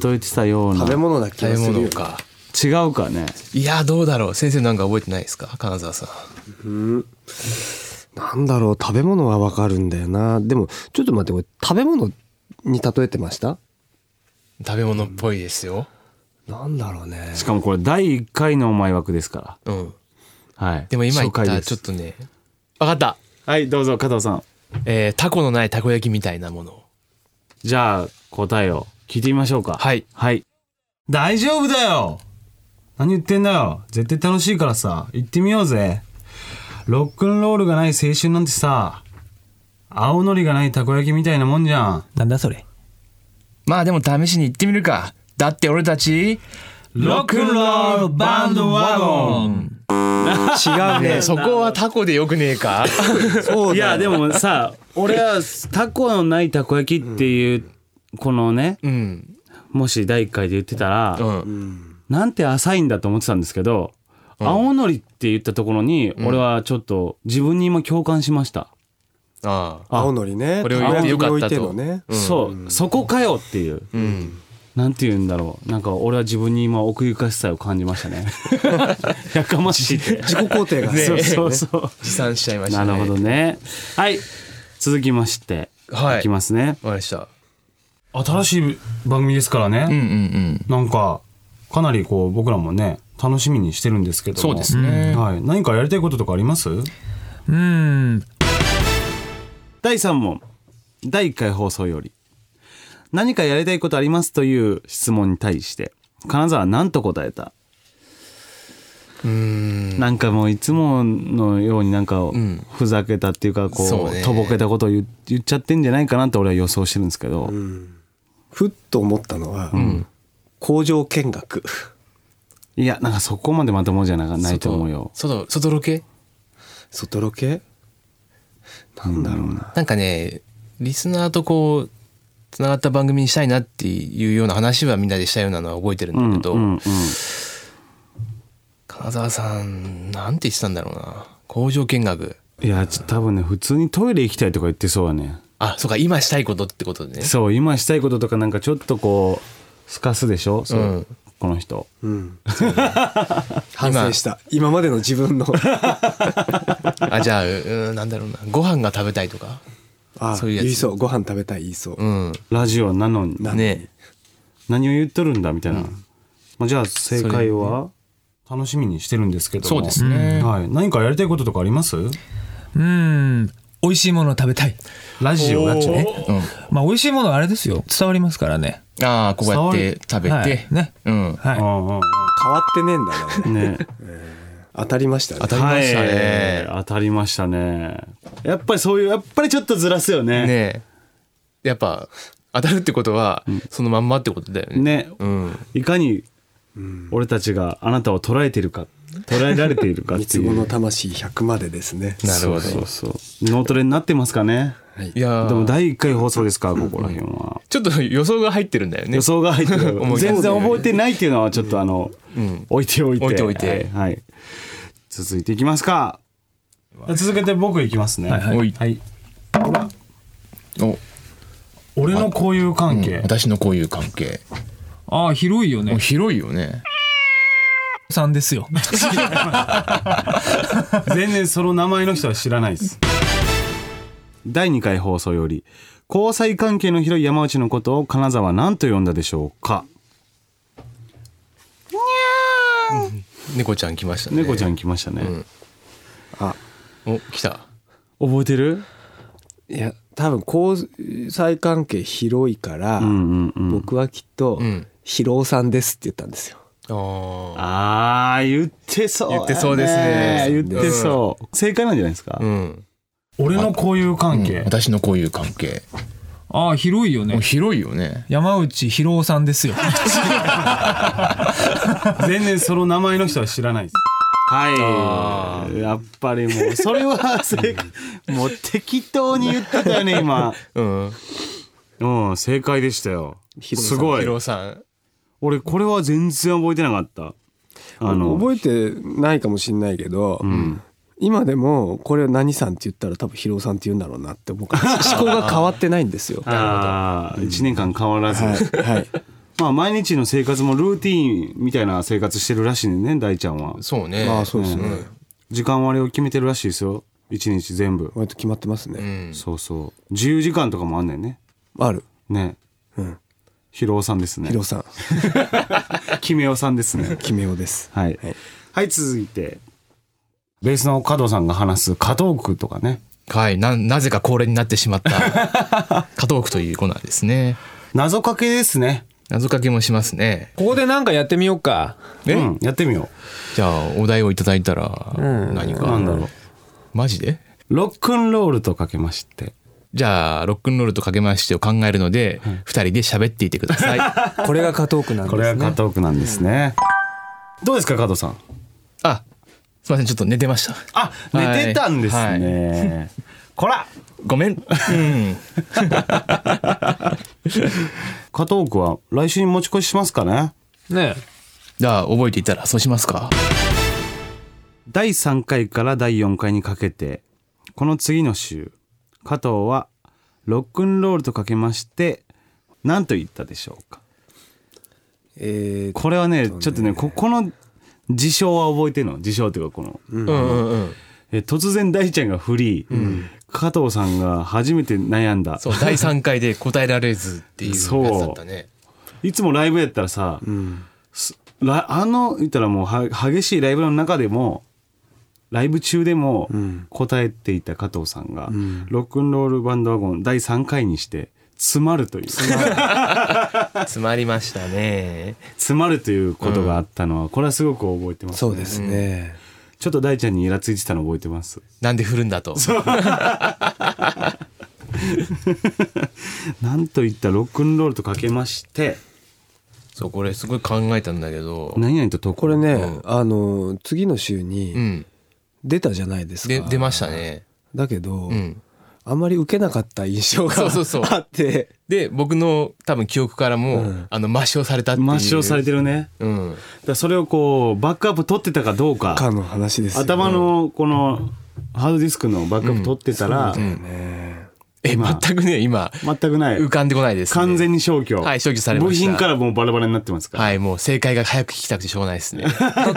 [SPEAKER 9] 例えてたような、
[SPEAKER 11] 食べ物な
[SPEAKER 9] だ
[SPEAKER 11] 気がするよ食べ物か
[SPEAKER 9] 違うかね
[SPEAKER 11] いやどうだろう先生なんか覚えてないですか金沢さ
[SPEAKER 12] う
[SPEAKER 11] ん
[SPEAKER 12] んなんだろう食べ物はわかるんだよなでもちょっと待ってこれ食べ物に例えてました
[SPEAKER 11] 食べ物っぽいですよ
[SPEAKER 12] なんだろうね
[SPEAKER 9] しかもこれ第1回のお前枠ですからうんはい
[SPEAKER 11] でも今言っ
[SPEAKER 9] 紹介
[SPEAKER 11] た
[SPEAKER 9] です
[SPEAKER 11] ちょっとね分かった
[SPEAKER 9] はいどうぞ加藤さん
[SPEAKER 11] えー、タコのないたこ焼きみたいなもの
[SPEAKER 9] じゃあ答えを聞いてみましょうか。はい。はい。大丈夫だよ何言ってんだよ絶対楽しいからさ、行ってみようぜ。ロックンロールがない青春なんてさ、青のりがないたこ焼きみたいなもんじゃん。なんだそれ。
[SPEAKER 11] まあでも試しに行ってみるかだって俺たち
[SPEAKER 9] ロックンロールバンドワゴ
[SPEAKER 11] ン
[SPEAKER 9] 違うね
[SPEAKER 11] そこはタコでよくねえか
[SPEAKER 9] いやでも さ俺はタコのないたこ焼きっていうこのね、もし第1回で言ってたら、なんて浅いんだと思ってたんですけど、青のりって言ったところに俺はちょっと自分にも共感しました。
[SPEAKER 11] あ
[SPEAKER 12] 青のりね
[SPEAKER 9] これを言ってよかったと
[SPEAKER 12] 青のりに置いてのね
[SPEAKER 9] そうそこかよっていう、なんて言うんだろうなんか俺は自分に今奥ゆかしさを感じましたねやかましいって
[SPEAKER 12] 自己肯定がね
[SPEAKER 9] そうそうそう
[SPEAKER 11] 持参しちゃいました
[SPEAKER 9] な
[SPEAKER 11] ね
[SPEAKER 9] るほどねはい続きまして、
[SPEAKER 11] はい
[SPEAKER 9] いきますね
[SPEAKER 11] わかりました
[SPEAKER 9] 新しい番組ですからね、なんかかなりこう僕らもね楽しみにしてるんですけども
[SPEAKER 10] そうですね
[SPEAKER 9] うんはい、何かやりたいこととかあります
[SPEAKER 10] うん
[SPEAKER 9] 第3問第1回放送より何かやりたいことありますという質問に対して金沢は何と答えたなんかもういつものようになんかふざけたっていうかこ
[SPEAKER 12] そう
[SPEAKER 9] う
[SPEAKER 12] ね
[SPEAKER 9] とぼけたことを言言っちゃってんじゃないかなって俺は予想してるんですけど、
[SPEAKER 12] ふっと思ったのは、工場見学
[SPEAKER 9] いやなんかそこまでまともじゃなかないと思うよ
[SPEAKER 11] 外外ロケ
[SPEAKER 12] 外ロケ
[SPEAKER 9] なんだろうな
[SPEAKER 11] なんかねリスナーとこうつながった番組にしたいなっていうような話はみんなでしたようなのは覚えてるんだけど、金沢さんなんて言ってたんだろうな工場見学
[SPEAKER 9] いやちょ多分ね普通にトイレ行きたいとか言ってそうだね
[SPEAKER 11] あそうか今したいことってことでね
[SPEAKER 9] そう今したいこととかなんかちょっとこうすかすでしょそう、
[SPEAKER 11] うん
[SPEAKER 9] この人
[SPEAKER 12] うん反省した今までの 自分の
[SPEAKER 11] あじゃあうーんなんだろうなご飯が食べたいとか
[SPEAKER 12] あ
[SPEAKER 11] そういうやつ
[SPEAKER 12] 言いそうご飯食べたい言いそう、
[SPEAKER 9] ラジオなのに
[SPEAKER 11] ね
[SPEAKER 9] 何を言っとるんだみたいな、まあ、じゃあ正解は楽しみにしてるんですけども
[SPEAKER 10] そうですね
[SPEAKER 9] はい、何かやりたいこととかあります
[SPEAKER 10] うーん美味しいものを食べたい
[SPEAKER 9] ラジオやっちゃう
[SPEAKER 10] ねまあ美味しいものはあれですよ伝わりますからね
[SPEAKER 11] ああこうやって食べて、
[SPEAKER 10] 伝わるはいね
[SPEAKER 11] うん
[SPEAKER 10] はい
[SPEAKER 12] 変わってねえんだな俺
[SPEAKER 9] ね
[SPEAKER 12] 当たりましたね
[SPEAKER 9] はい当たりましたねやっぱりそういうやっぱりちょっとずらすよね
[SPEAKER 11] ねやっぱ当たるってことはそのまんまってことだよね、
[SPEAKER 9] ね、いかに俺たちがあなたを捉えているか捉えられているかってい
[SPEAKER 12] 三つ
[SPEAKER 9] う
[SPEAKER 12] 子の魂100までですね
[SPEAKER 9] なるほどそうそう脳トレになってますかね、
[SPEAKER 11] い、やー
[SPEAKER 9] でも第1回放送ですかここら辺は、
[SPEAKER 11] ちょっと予想が入ってるんだよね
[SPEAKER 9] 予想が入ってる
[SPEAKER 11] 思い出す
[SPEAKER 9] 全然覚えてないっていうのはちょっとあの、置いておいて
[SPEAKER 11] 置いておいて
[SPEAKER 9] はいはい続いていきますか続けて僕いきますね
[SPEAKER 11] はいはいおい
[SPEAKER 9] はいほら俺の交友関係、
[SPEAKER 11] 私のこういう関係
[SPEAKER 10] ああ広いよね
[SPEAKER 11] 広いよね
[SPEAKER 10] さんですよ
[SPEAKER 9] 全然その名前の人は知らないです第2回放送より交際関係の広い山内のことを金沢は何と呼んだでしょうか
[SPEAKER 11] 猫ちゃん来ましたね
[SPEAKER 9] 猫ちゃん来ましたね、
[SPEAKER 11] あお来た
[SPEAKER 9] 覚えてる
[SPEAKER 12] いや多分交際関係広いから、僕はきっと「広尾さんです」って言ったんですよ
[SPEAKER 9] あー言ってそうや
[SPEAKER 12] 言ってそうですね
[SPEAKER 9] 言ってそう、正解なんじゃないですか、俺の交友関係、
[SPEAKER 11] 私のこういう関係
[SPEAKER 10] ああ広いよね
[SPEAKER 11] 広いよね
[SPEAKER 10] 山内博夫さんですよ
[SPEAKER 9] 全然その名前の人は知らないですはいやっぱりもうそれ は正解もう適当に言ってたよね今
[SPEAKER 11] うん
[SPEAKER 9] うん正解でしたよすごい
[SPEAKER 11] 広さん
[SPEAKER 9] 俺これは全然覚えてなかったあの
[SPEAKER 12] 覚えてないかもしんないけど、今でもこれを何さんって言ったら多分広尾さんって言うんだろうなって僕 思考が変わってないんですよ
[SPEAKER 9] ああ1年間変わらずまあ毎日の生活もルーティーンみたいな生活してるらしいね大ちゃんは
[SPEAKER 11] そうね
[SPEAKER 12] ああそうですね
[SPEAKER 9] ん時間割を決めてるらしいですよ一日全部割と決まってますね、そうそう自由時間とかもあんねんねあるねうん広尾さんですね広尾
[SPEAKER 12] さん
[SPEAKER 9] キメオさんですね
[SPEAKER 12] キメオです
[SPEAKER 9] はい、はい 続いてベースの加藤さんが話す加藤区とかね
[SPEAKER 11] はいななぜか恒例になってしまった 加藤区というコーナーですね
[SPEAKER 9] 謎かけですね
[SPEAKER 11] 謎かけもしますね
[SPEAKER 10] ここでなんかやってみようか
[SPEAKER 9] え、やってみよ
[SPEAKER 11] うじゃあお題をいただいたら何か、
[SPEAKER 9] なんだろう
[SPEAKER 11] マジで
[SPEAKER 9] ロックンロールとかけまして
[SPEAKER 11] じゃあロックンロールとかけましてを考えるので、二人で喋っていてください
[SPEAKER 12] これが加藤区なん
[SPEAKER 9] これが加藤区なんですね、どうですか加藤さん
[SPEAKER 11] あすいませんちょっと寝てました
[SPEAKER 9] あ寝てたんですね、こら
[SPEAKER 11] ご めん、うん、
[SPEAKER 9] 加藤区は来週に持ち越ししますかね
[SPEAKER 10] ね
[SPEAKER 11] じゃあ覚えていたらそうしますか
[SPEAKER 9] 第3回から第4回にかけてこの次の週加藤はロックンロールとかけまして何と言ったでしょうか
[SPEAKER 12] え
[SPEAKER 9] これはねちょっとねここの事象は覚えてるの事象というかこの、
[SPEAKER 11] んうんうん
[SPEAKER 9] え突然大ちゃんがフリー、加藤さんが初めて悩んだ
[SPEAKER 11] そう第3回で答えられずっていうやつだったね
[SPEAKER 9] いつもライブやったらさ、すらあの言ったらもうは激しいライブの中でもライブ中でも答えていた加藤さんが、ロックンロールバンドワゴン第3回にして詰まるという
[SPEAKER 11] 詰まりましたね
[SPEAKER 9] 詰まるということがあったのは、これはすごく覚えてます、ね、そうです
[SPEAKER 12] ね、
[SPEAKER 9] ちょっと大ちゃんにイラついてたの覚えてます
[SPEAKER 11] なんで振るんだと
[SPEAKER 9] なんといったロックンロールとかけまして
[SPEAKER 11] そうこれすごい考えたんだけど
[SPEAKER 9] 何々と
[SPEAKER 12] これね、あの次の週に出たじゃないですか、
[SPEAKER 11] で出ましたね
[SPEAKER 12] だけど、あんまり受けなかった印象が
[SPEAKER 11] そうそうそう
[SPEAKER 12] あって
[SPEAKER 11] で僕の多分記憶からも、あの抹消されたっていう
[SPEAKER 9] 抹消されてるね、
[SPEAKER 11] うん、
[SPEAKER 9] だからそれをこうバックアップ取ってたかどうか
[SPEAKER 12] かの話ですよね
[SPEAKER 9] 頭のこのハードディスクのバックアップ取ってたら、
[SPEAKER 11] うんえ全くね今
[SPEAKER 9] 全くない
[SPEAKER 11] 浮かんでこないです、ね、
[SPEAKER 9] 完全に消去
[SPEAKER 11] はい消去されました
[SPEAKER 9] 部品からもうバラバラになってますから
[SPEAKER 11] はいもう正解が早く聞きたくてしょうがないですね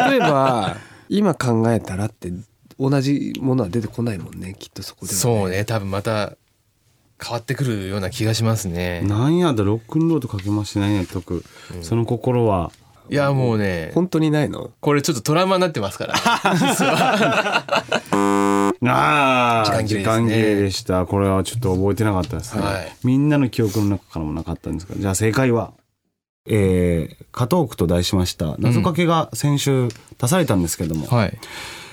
[SPEAKER 12] 例えば今考えたらって同じものは出てこないもんねきっとそこでは
[SPEAKER 11] そうね多分また変わってくるような気がしますね。
[SPEAKER 9] なんやだロックンロールとかけましてないや曲、その心はい
[SPEAKER 11] やもうね
[SPEAKER 9] 本当にないの
[SPEAKER 11] これちょっとトラウマになってますから。
[SPEAKER 9] ああ
[SPEAKER 11] 時間切れですね
[SPEAKER 9] でしたこれはちょっと覚えてなかったですね、
[SPEAKER 11] はい
[SPEAKER 9] みんなの記憶の中からもなかったんですがじゃあ正解はえー、加藤区と題しました謎かけが先週出されたんですけども、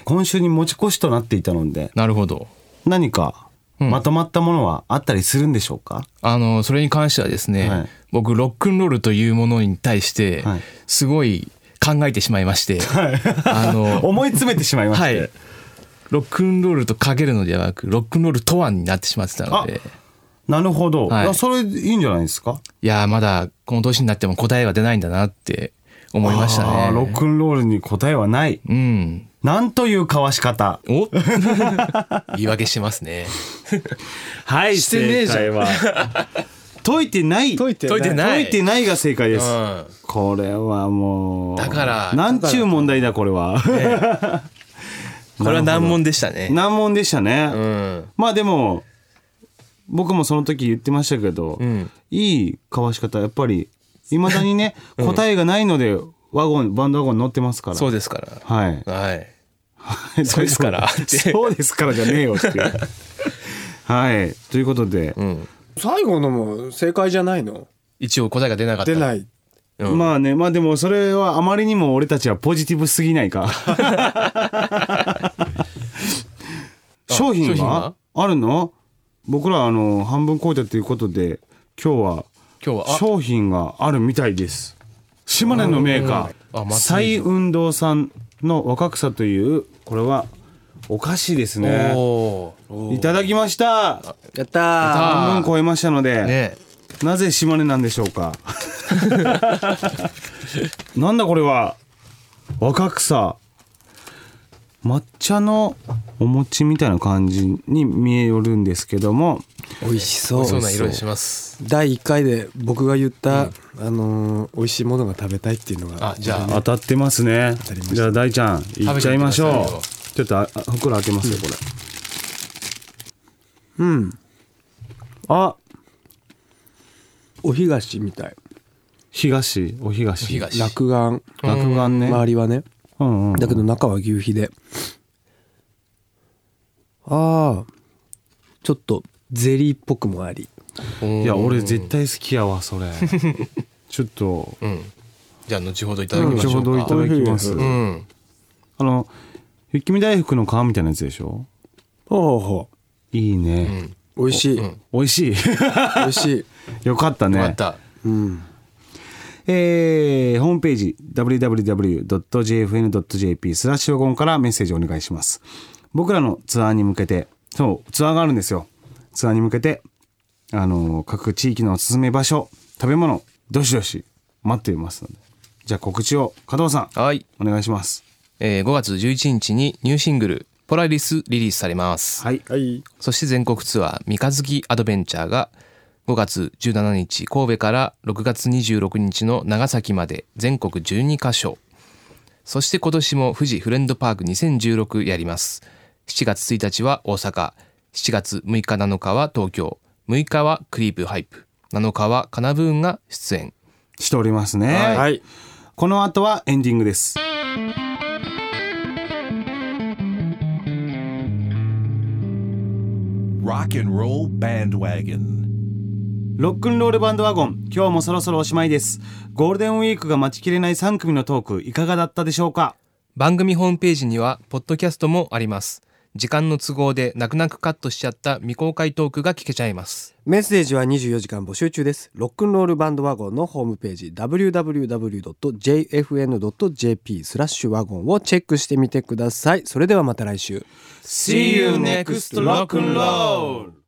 [SPEAKER 9] 今週に持ち越しとなっていたので
[SPEAKER 11] なるほど
[SPEAKER 9] 何かまとまったものはあったりするんでしょうか、
[SPEAKER 11] あのそれに関してはですね、僕ロックンロールというものに対してすごい考えてしまいまして、あの
[SPEAKER 9] 思い詰めてしまいまして、
[SPEAKER 11] はい、ロックンロールとかけるのではなくロックンロールとはになってしまってたので
[SPEAKER 9] なるほど、
[SPEAKER 11] はい
[SPEAKER 9] いやそれいいんじゃないですか
[SPEAKER 11] いやーまだこの年になっても答えは出ないんだなって思いました
[SPEAKER 9] あ
[SPEAKER 11] ね
[SPEAKER 9] ーロックンロールに答えはない、なんというかわし方
[SPEAKER 11] お 言い訳してますね
[SPEAKER 9] はい
[SPEAKER 11] してねえじゃん
[SPEAKER 9] 正解は解いてない解いて
[SPEAKER 11] ない解いてない
[SPEAKER 9] 解いてないが正解です、
[SPEAKER 11] うん
[SPEAKER 9] これはもう
[SPEAKER 11] だから
[SPEAKER 9] なんちゅう問題だこれ は、
[SPEAKER 11] これは難問でしたね
[SPEAKER 9] 難問でしたね、まあでも僕もその時言ってましたけど、いいかわし方やっぱりいまだにね、
[SPEAKER 11] うん
[SPEAKER 9] 答えがないのでワゴンバンドワゴンに乗ってますから
[SPEAKER 11] そうですから
[SPEAKER 9] はい
[SPEAKER 11] はいそうですから
[SPEAKER 9] そうですからじゃねえよって いうはいということで、
[SPEAKER 12] 最後のも正解じゃないの
[SPEAKER 11] 一応答えが出なかった
[SPEAKER 12] 出ない
[SPEAKER 9] まあねまあでもそれはあまりにも俺たちはポジティブすぎない か商品
[SPEAKER 11] 商品
[SPEAKER 9] は
[SPEAKER 11] は
[SPEAKER 9] あるの僕らあの半分超えたということで今日は
[SPEAKER 11] 今日はあ
[SPEAKER 9] 商品があるみたいです島根のメーカ
[SPEAKER 11] あ
[SPEAKER 9] ー
[SPEAKER 11] 松井
[SPEAKER 9] 蔡運動さんの若草というこれはお菓子ですね
[SPEAKER 11] お
[SPEAKER 9] いただきましたやった半分超えましたので、なぜ島根なんでしょうか なんだこれは若草抹茶のお餅みたいな感じに見えるんですけども
[SPEAKER 12] 美味しそう
[SPEAKER 11] そうな色にします
[SPEAKER 12] 第1回で僕が言った、あのー美味しいものが食べたいっていうのが
[SPEAKER 9] 当たってますねじゃあ大ちゃんいっちゃいまし
[SPEAKER 12] 食べてみてく
[SPEAKER 9] ょ
[SPEAKER 12] だ
[SPEAKER 9] うちょっとああ袋開けますよこれ
[SPEAKER 12] うん
[SPEAKER 9] あ
[SPEAKER 12] お東みたい
[SPEAKER 9] 東お東
[SPEAKER 12] 東落眼
[SPEAKER 9] 落眼ね
[SPEAKER 12] 周りはね、
[SPEAKER 9] うんうん
[SPEAKER 12] だけど中は牛皮でああちょっとゼリーっぽくもあり
[SPEAKER 9] いや俺絶対好きやわそれ ちょっと
[SPEAKER 11] じゃあ後ほどいただきましょうか
[SPEAKER 9] 後ほどいただきます
[SPEAKER 11] うん
[SPEAKER 9] あの雪見大福の皮みたいなやつでしょほうほういいね、
[SPEAKER 12] 美味しい
[SPEAKER 9] 美味しい美味しいよかったね
[SPEAKER 11] よかった
[SPEAKER 9] うんえーホームページ www.jfn.jp スラッシュゴンからメッセージお願いします僕らのツアーに向けてそうツアーがあるんですよツアーに向けてあの各地域のおすすめ場所食べ物どしどし待っていますのでじゃあ告知を加藤さん
[SPEAKER 11] はい
[SPEAKER 9] お願いします、
[SPEAKER 11] えー、5月11日にニューシングル「ポラリス」リリースされます、
[SPEAKER 9] はい
[SPEAKER 11] そして全国ツアー「三日月アドベンチャー」が5月17日神戸から6月26日の長崎まで全国12カ所そして今年も富士フレンドパーク2016やります7月1日は大阪7月6日7日は東京6日はクリープハイプ7日はカナブーンが出演
[SPEAKER 9] しておりますねはい、この後はエンディングです
[SPEAKER 3] ロ
[SPEAKER 9] ックンロールバンドワゴン今日もそろそろおしまいですゴールデンウィークが待ちきれない3組のトークいかがだったでしょうか
[SPEAKER 11] 番組ホームページにはポッドキャストもあります時間の都合で泣く泣くカットしちゃった未公開トークが聞けちゃいます
[SPEAKER 12] メッセージは24時間募集中ですロックンロールバンドワゴンのホームページ www.jfn.jp スラッシュワゴンをチェックしてみてくださいそれではまた来週
[SPEAKER 9] See you next rock and roll